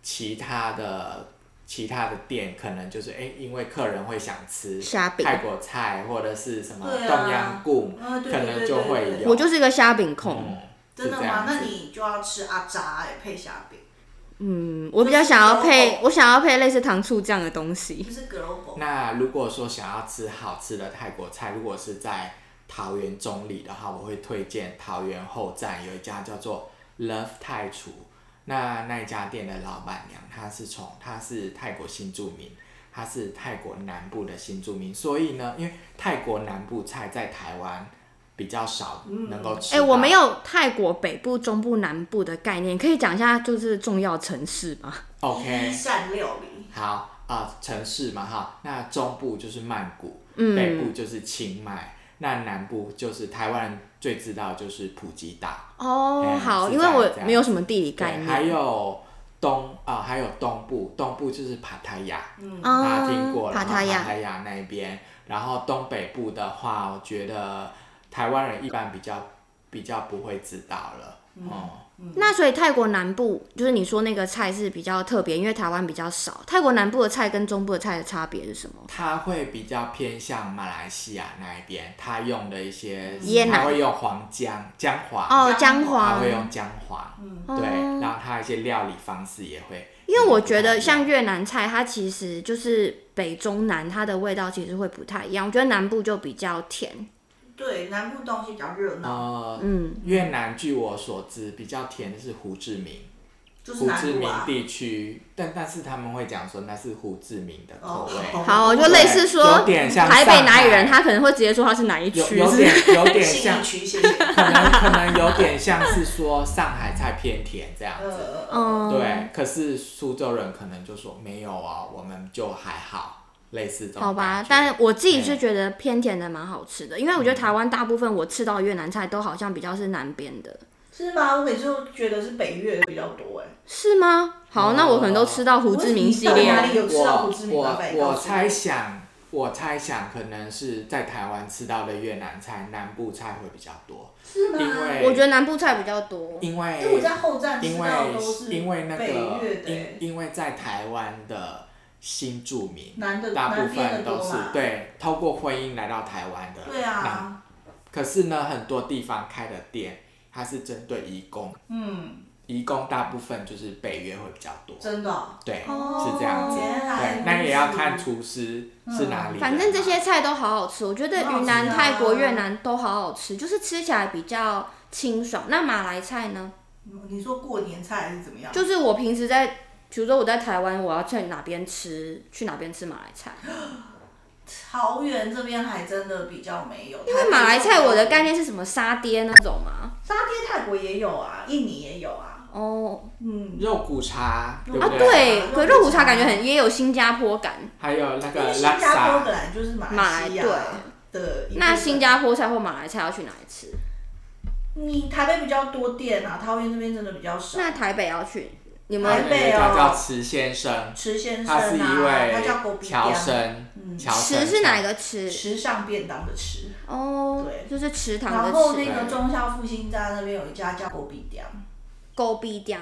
Speaker 3: 其他的其他的店，可能就是哎、诶因为客人会想吃
Speaker 4: 虾饼。
Speaker 3: 泰国菜或者是什么
Speaker 1: 对啊
Speaker 3: 东阳贡，
Speaker 1: 啊对
Speaker 3: 可
Speaker 1: 对对
Speaker 3: 能就会
Speaker 1: 对对
Speaker 3: 有。
Speaker 4: 我就是一个虾饼控，
Speaker 3: 嗯，是
Speaker 1: 真的
Speaker 3: 这
Speaker 1: 吗
Speaker 3: 样？
Speaker 1: 那
Speaker 3: 子
Speaker 1: 你就要吃阿扎哎，配虾饼，
Speaker 4: 嗯，我比较想要
Speaker 1: 就是
Speaker 4: 配，
Speaker 1: 有
Speaker 4: 我想要配类似糖醋酱的东西。
Speaker 1: 就是 global
Speaker 3: 那如果说想要吃好吃的泰国菜，如果是在桃园中里的话，我会推荐桃园后站有一家叫做 Love 泰厨。那那一家店的老板娘，她是从她是泰国新住民，她是泰国南部的新住民，所以呢，因为泰国南部菜在台湾比较少能够吃
Speaker 4: 哎、
Speaker 3: 到。
Speaker 4: 我没有泰国北部、中部、南部的概念，可以讲一下就是重要城市吗？
Speaker 1: 一
Speaker 3: OK，
Speaker 1: 善料理，
Speaker 3: 好啊、城市嘛哈，那中部就是曼谷，北
Speaker 4: 嗯，
Speaker 3: 部就是清迈，那南部就是台湾人最知道就是普吉岛，
Speaker 4: 哦，
Speaker 3: 哎
Speaker 4: 好，
Speaker 3: 是
Speaker 4: 因为
Speaker 3: 这样
Speaker 4: 我
Speaker 3: 这样
Speaker 4: 没有什么地理概
Speaker 3: 对，
Speaker 4: 念。
Speaker 3: 还有东啊、还有东部，东部就是帕塔亚，
Speaker 1: 嗯，
Speaker 3: 大家
Speaker 4: 啊，
Speaker 3: 听过了
Speaker 4: 帕
Speaker 3: 吗？
Speaker 4: 塔
Speaker 3: 帕
Speaker 4: 亚，
Speaker 3: 塔亚那边，然后东北部的话，我觉得台湾人一般比较比较不会知道了，
Speaker 4: 嗯
Speaker 3: 哦、
Speaker 4: 那所以泰国南部就是你说那个菜是比较特别，因为台湾比较少。泰国南部的菜跟中部的菜的差别是什么？
Speaker 3: 它会比较偏向马来西亚那一边，它用的一些
Speaker 4: 椰，奶
Speaker 3: 它会用黄姜姜黄，
Speaker 4: 哦，姜
Speaker 1: 姜
Speaker 3: 它
Speaker 4: 黄
Speaker 3: 会，用姜黄，对，
Speaker 4: 哦
Speaker 3: 然后它一些料理方式也会，
Speaker 4: 因为我觉得像越南菜，它其实就是北中南，它的味道其实会不太一样。我觉得南部就比较甜，
Speaker 1: 对，南部东西比较热闹，
Speaker 3: 呃
Speaker 4: 嗯，
Speaker 3: 越南，据我所知比较甜的是胡志明，
Speaker 1: 就是
Speaker 3: 胡
Speaker 1: 南
Speaker 3: 志
Speaker 1: 部
Speaker 3: 明
Speaker 1: 啊，
Speaker 3: 地区，但但是他们会讲说那是胡志明的口味，
Speaker 1: 哦
Speaker 4: 好，就
Speaker 3: 对
Speaker 4: 类似说
Speaker 3: 有点像
Speaker 4: 台北
Speaker 3: 上
Speaker 4: 哪里人，
Speaker 3: 海
Speaker 4: 他可能会直接说他是哪一区
Speaker 3: 有，有点有点 像
Speaker 1: 信义，区，谢谢。
Speaker 3: 可能可能有点像是说上海菜偏甜这样子，
Speaker 1: 呃，
Speaker 4: 嗯，
Speaker 3: 对，可是苏州人可能就说没有啊，我们就还好，类似这种
Speaker 4: 好吧
Speaker 3: 感觉，
Speaker 4: 但我自己是觉得偏甜的蛮好吃的，因为我觉得台湾大部分我吃到的越南菜都好像比较是南边的，
Speaker 1: 是吗？我每次都觉得是北越比较多哎，
Speaker 4: 是吗？
Speaker 3: 哦
Speaker 4: 好，那我可能都吃到胡志明系列
Speaker 1: 我哪里有吃到胡志明
Speaker 3: 我
Speaker 1: 老板
Speaker 3: 我
Speaker 1: 告
Speaker 3: 我
Speaker 1: 诉
Speaker 3: 猜
Speaker 1: 我
Speaker 3: 想，我猜想可能是在台湾吃到的越南菜、南部菜会比较多，
Speaker 1: 是
Speaker 3: 因为
Speaker 4: 我觉得南部菜比较多。
Speaker 3: 因
Speaker 1: 因为我
Speaker 3: 为
Speaker 1: 在后站吃
Speaker 3: 因为
Speaker 1: 到的都是
Speaker 3: 哎因为那
Speaker 1: 北越
Speaker 3: 个
Speaker 1: 的欸
Speaker 3: 因因为在台湾的新住民。
Speaker 1: 男的
Speaker 3: 大部
Speaker 1: 南边
Speaker 3: 分
Speaker 1: 的
Speaker 3: 都
Speaker 1: 多
Speaker 3: 是
Speaker 1: 嘛，
Speaker 3: 对，透过婚姻来到台湾的。
Speaker 1: 对
Speaker 3: 那。
Speaker 1: 啊，
Speaker 3: 可是呢，很多地方开的店，它是针对移工，
Speaker 1: 嗯，
Speaker 3: 移工大部分就是北约会比较多。
Speaker 1: 真的哦，
Speaker 3: 对，
Speaker 4: 哦
Speaker 3: 是这样子。
Speaker 1: 原来
Speaker 3: 对
Speaker 1: 如，
Speaker 3: 那也要看
Speaker 1: 此
Speaker 3: 厨师
Speaker 1: 嗯
Speaker 3: 是哪里人嘛。
Speaker 4: 反正这些菜都好好吃，我觉得
Speaker 1: 很好吃啊
Speaker 4: 云南、泰国、越南都好好吃，就是吃起来比较清爽。那马来菜呢？
Speaker 1: 你说过年菜还是怎么样？
Speaker 4: 就是我平时在，比如说我在台湾，我要去哪边吃，去哪边吃马来菜。
Speaker 1: 桃园这边还真的比较没有，
Speaker 4: 因为马来菜我的概
Speaker 1: 念，
Speaker 4: 念是什么沙爹那种嘛。
Speaker 1: 沙爹泰国也有啊，
Speaker 4: 呃
Speaker 1: 印尼也有啊，
Speaker 4: 哦，
Speaker 1: 嗯，
Speaker 3: 肉骨茶，对
Speaker 1: 肉
Speaker 3: 不
Speaker 1: 骨
Speaker 4: 啊
Speaker 1: 茶
Speaker 3: 对？
Speaker 4: 对，可是肉骨茶感觉很也有新加坡感。
Speaker 3: 还有那
Speaker 1: 因
Speaker 3: 个
Speaker 1: 为新
Speaker 3: 拉
Speaker 1: 加坡
Speaker 3: 萨，
Speaker 1: 本来就是马
Speaker 4: 马
Speaker 1: 来
Speaker 4: 来
Speaker 1: 西亚
Speaker 4: 对
Speaker 1: 的一部分，
Speaker 4: 那新加坡菜或马来菜要去哪里吃？
Speaker 1: 你台北比较多店啊，桃园这边真的比较少。
Speaker 4: 那台北要去，你
Speaker 1: 台
Speaker 4: 们
Speaker 1: 北
Speaker 3: 有一
Speaker 1: 哦
Speaker 3: 个叫池先生，
Speaker 1: 池先生
Speaker 3: 他是一
Speaker 1: 啊，他叫狗嗯
Speaker 3: 位
Speaker 1: 比
Speaker 3: 侨生，侨生
Speaker 4: 池是哪个池？
Speaker 1: 时尚便当的池，
Speaker 4: 哦，
Speaker 1: 对
Speaker 4: 就是池塘的
Speaker 1: 然
Speaker 4: 池。
Speaker 1: 后那个中校复兴站那边有一家叫狗比雕，
Speaker 4: 勾逼酱，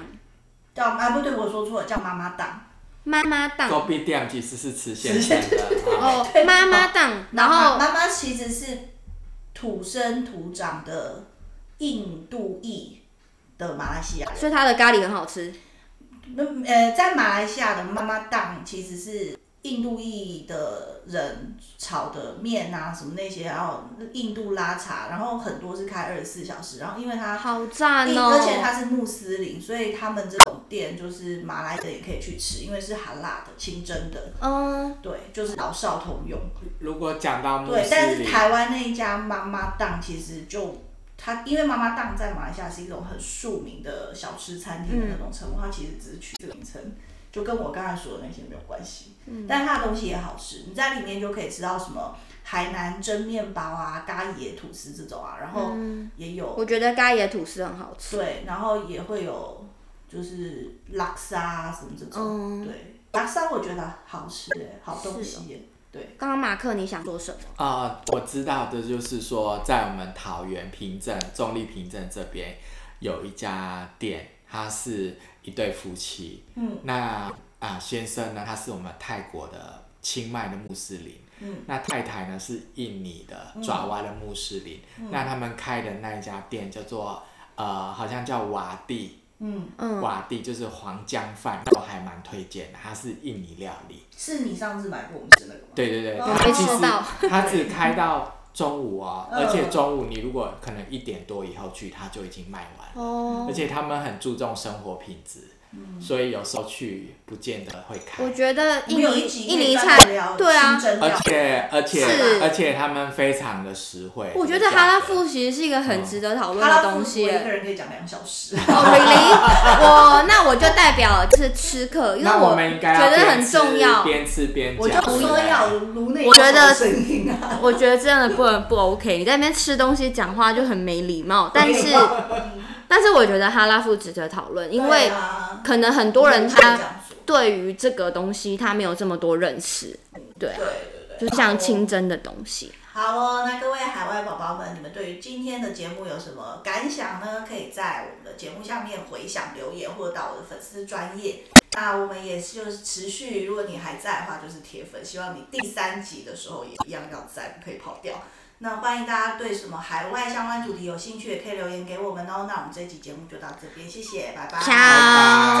Speaker 1: 叫啊不对，我说错了，叫妈妈档。
Speaker 4: 妈妈档
Speaker 3: 狗币店其实是池先生的。啊
Speaker 4: 哦，妈妈档，然
Speaker 1: 妈妈
Speaker 4: 后
Speaker 1: 妈妈其实是土生土长的印度裔的马来西亚人。
Speaker 4: 所以它的咖喱很好吃
Speaker 1: 那呃，在马来西亚的妈妈档其实是印度裔的人炒的面啊，什么那些，然后印度拉茶，然后很多是开二十四小时，然后因为它
Speaker 4: 好赞
Speaker 1: 并
Speaker 4: 哦！
Speaker 1: 而且它是穆斯林，所以他们这种店就是马来的也可以去吃，因为是含辣的、清真的，
Speaker 4: 嗯，
Speaker 1: 对，就是老少通用。
Speaker 3: 如果讲到穆
Speaker 1: 对，
Speaker 3: 斯
Speaker 1: 但是
Speaker 3: 林，
Speaker 1: 台湾那一家妈妈档其实就它，因为妈妈档在马来西亚是一种很庶民的小吃餐厅的那种称呼，它其实只是取这个名称，就跟我刚才说的那些没有关系。嗯，但它的东西也好吃，你在里面就可以吃到什么海南蒸面包啊、咖椰吐司这种啊，然后也有、
Speaker 4: 我觉得咖椰吐司很好吃。
Speaker 1: 对，然后也会有就是拉沙啊什么这种，
Speaker 4: 嗯
Speaker 1: 对，拉沙我觉得好吃、欸，好东西、欸，对，
Speaker 4: 刚刚马克，你想做什么？
Speaker 3: 啊、我知道的就是说，在我们桃园平镇、中立平镇这边有一家店，它是一对夫妻。
Speaker 1: 嗯，
Speaker 3: 那啊、先生呢，他是我们泰国的清迈的穆斯林。
Speaker 1: 嗯，
Speaker 3: 那太太呢是印尼的爪哇的穆斯林。
Speaker 1: 嗯
Speaker 3: 那他们开的那一家店叫做呃，好像叫瓦蒂。
Speaker 1: 嗯，
Speaker 4: 嗯，
Speaker 3: 瓦蒂就是黄姜饭，我还蛮推荐的，它是印尼料理。
Speaker 1: 是你上次买过我们吃那个吗？
Speaker 3: 对对对，
Speaker 1: 哦
Speaker 3: 它
Speaker 1: 没
Speaker 3: 其
Speaker 4: 吃到
Speaker 3: 实它只开到中午哦，
Speaker 1: 嗯
Speaker 3: 而且中午你如果可能一点多以后去，它就已经卖完了。
Speaker 4: 哦
Speaker 3: 而，且他们很注重生活品质，
Speaker 1: 嗯
Speaker 3: 所以有时候去不见得会开
Speaker 4: 我。觉得
Speaker 1: 我
Speaker 4: 印
Speaker 1: 们有
Speaker 4: 尼
Speaker 1: 一集
Speaker 4: 印
Speaker 1: 可以
Speaker 4: 尼
Speaker 1: 专
Speaker 4: 菜
Speaker 1: 门聊，
Speaker 4: 对啊
Speaker 1: 清，蒸料
Speaker 3: 而且而且
Speaker 4: 是
Speaker 3: 而且他们非常的实惠。
Speaker 4: 我觉得哈拉夫其实是一个很值得讨论
Speaker 1: 哈
Speaker 4: 的
Speaker 1: 拉夫
Speaker 4: 东
Speaker 1: 斯
Speaker 4: 西
Speaker 1: 我一
Speaker 4: 耶。
Speaker 1: 个人可以讲两小 时。
Speaker 4: 哦，really？我那我就代表就是吃客，因为
Speaker 3: 那我们应该要
Speaker 4: 觉得
Speaker 3: 边
Speaker 4: 很
Speaker 3: 吃
Speaker 4: 重要。
Speaker 3: 边吃边讲。
Speaker 1: 我就
Speaker 3: 对不
Speaker 1: 说
Speaker 3: 对
Speaker 1: 要颅内
Speaker 4: 我觉得
Speaker 1: 爆声音啊，
Speaker 4: 我觉得真的不能不 OK，你在那边吃东西讲话就很没礼貌。但是，但是我觉得哈拉夫值得讨论，因
Speaker 1: 对
Speaker 4: 为
Speaker 1: 啊
Speaker 4: 可能很多人
Speaker 1: 我也是这
Speaker 4: 他
Speaker 1: 样说
Speaker 4: 对于这个东西他没有这么多认识，
Speaker 1: 对
Speaker 4: 对啊，
Speaker 1: 对对，
Speaker 4: 就像清蒸的东西。
Speaker 1: 好哦，那各位海外宝宝们，你们对于今天的节目有什么感想呢？可以在我们的节目下面回想留言，或者到我的粉丝专业。那我们也是就是持续，如果你还在的话，就是铁粉，希望你第三集的时候也一样要在，不可以跑掉。那欢迎大家对什么海外相关主题有兴趣，也可以留言给我们哦。那我们这期节目就到这边，谢谢，拜拜。
Speaker 4: ciao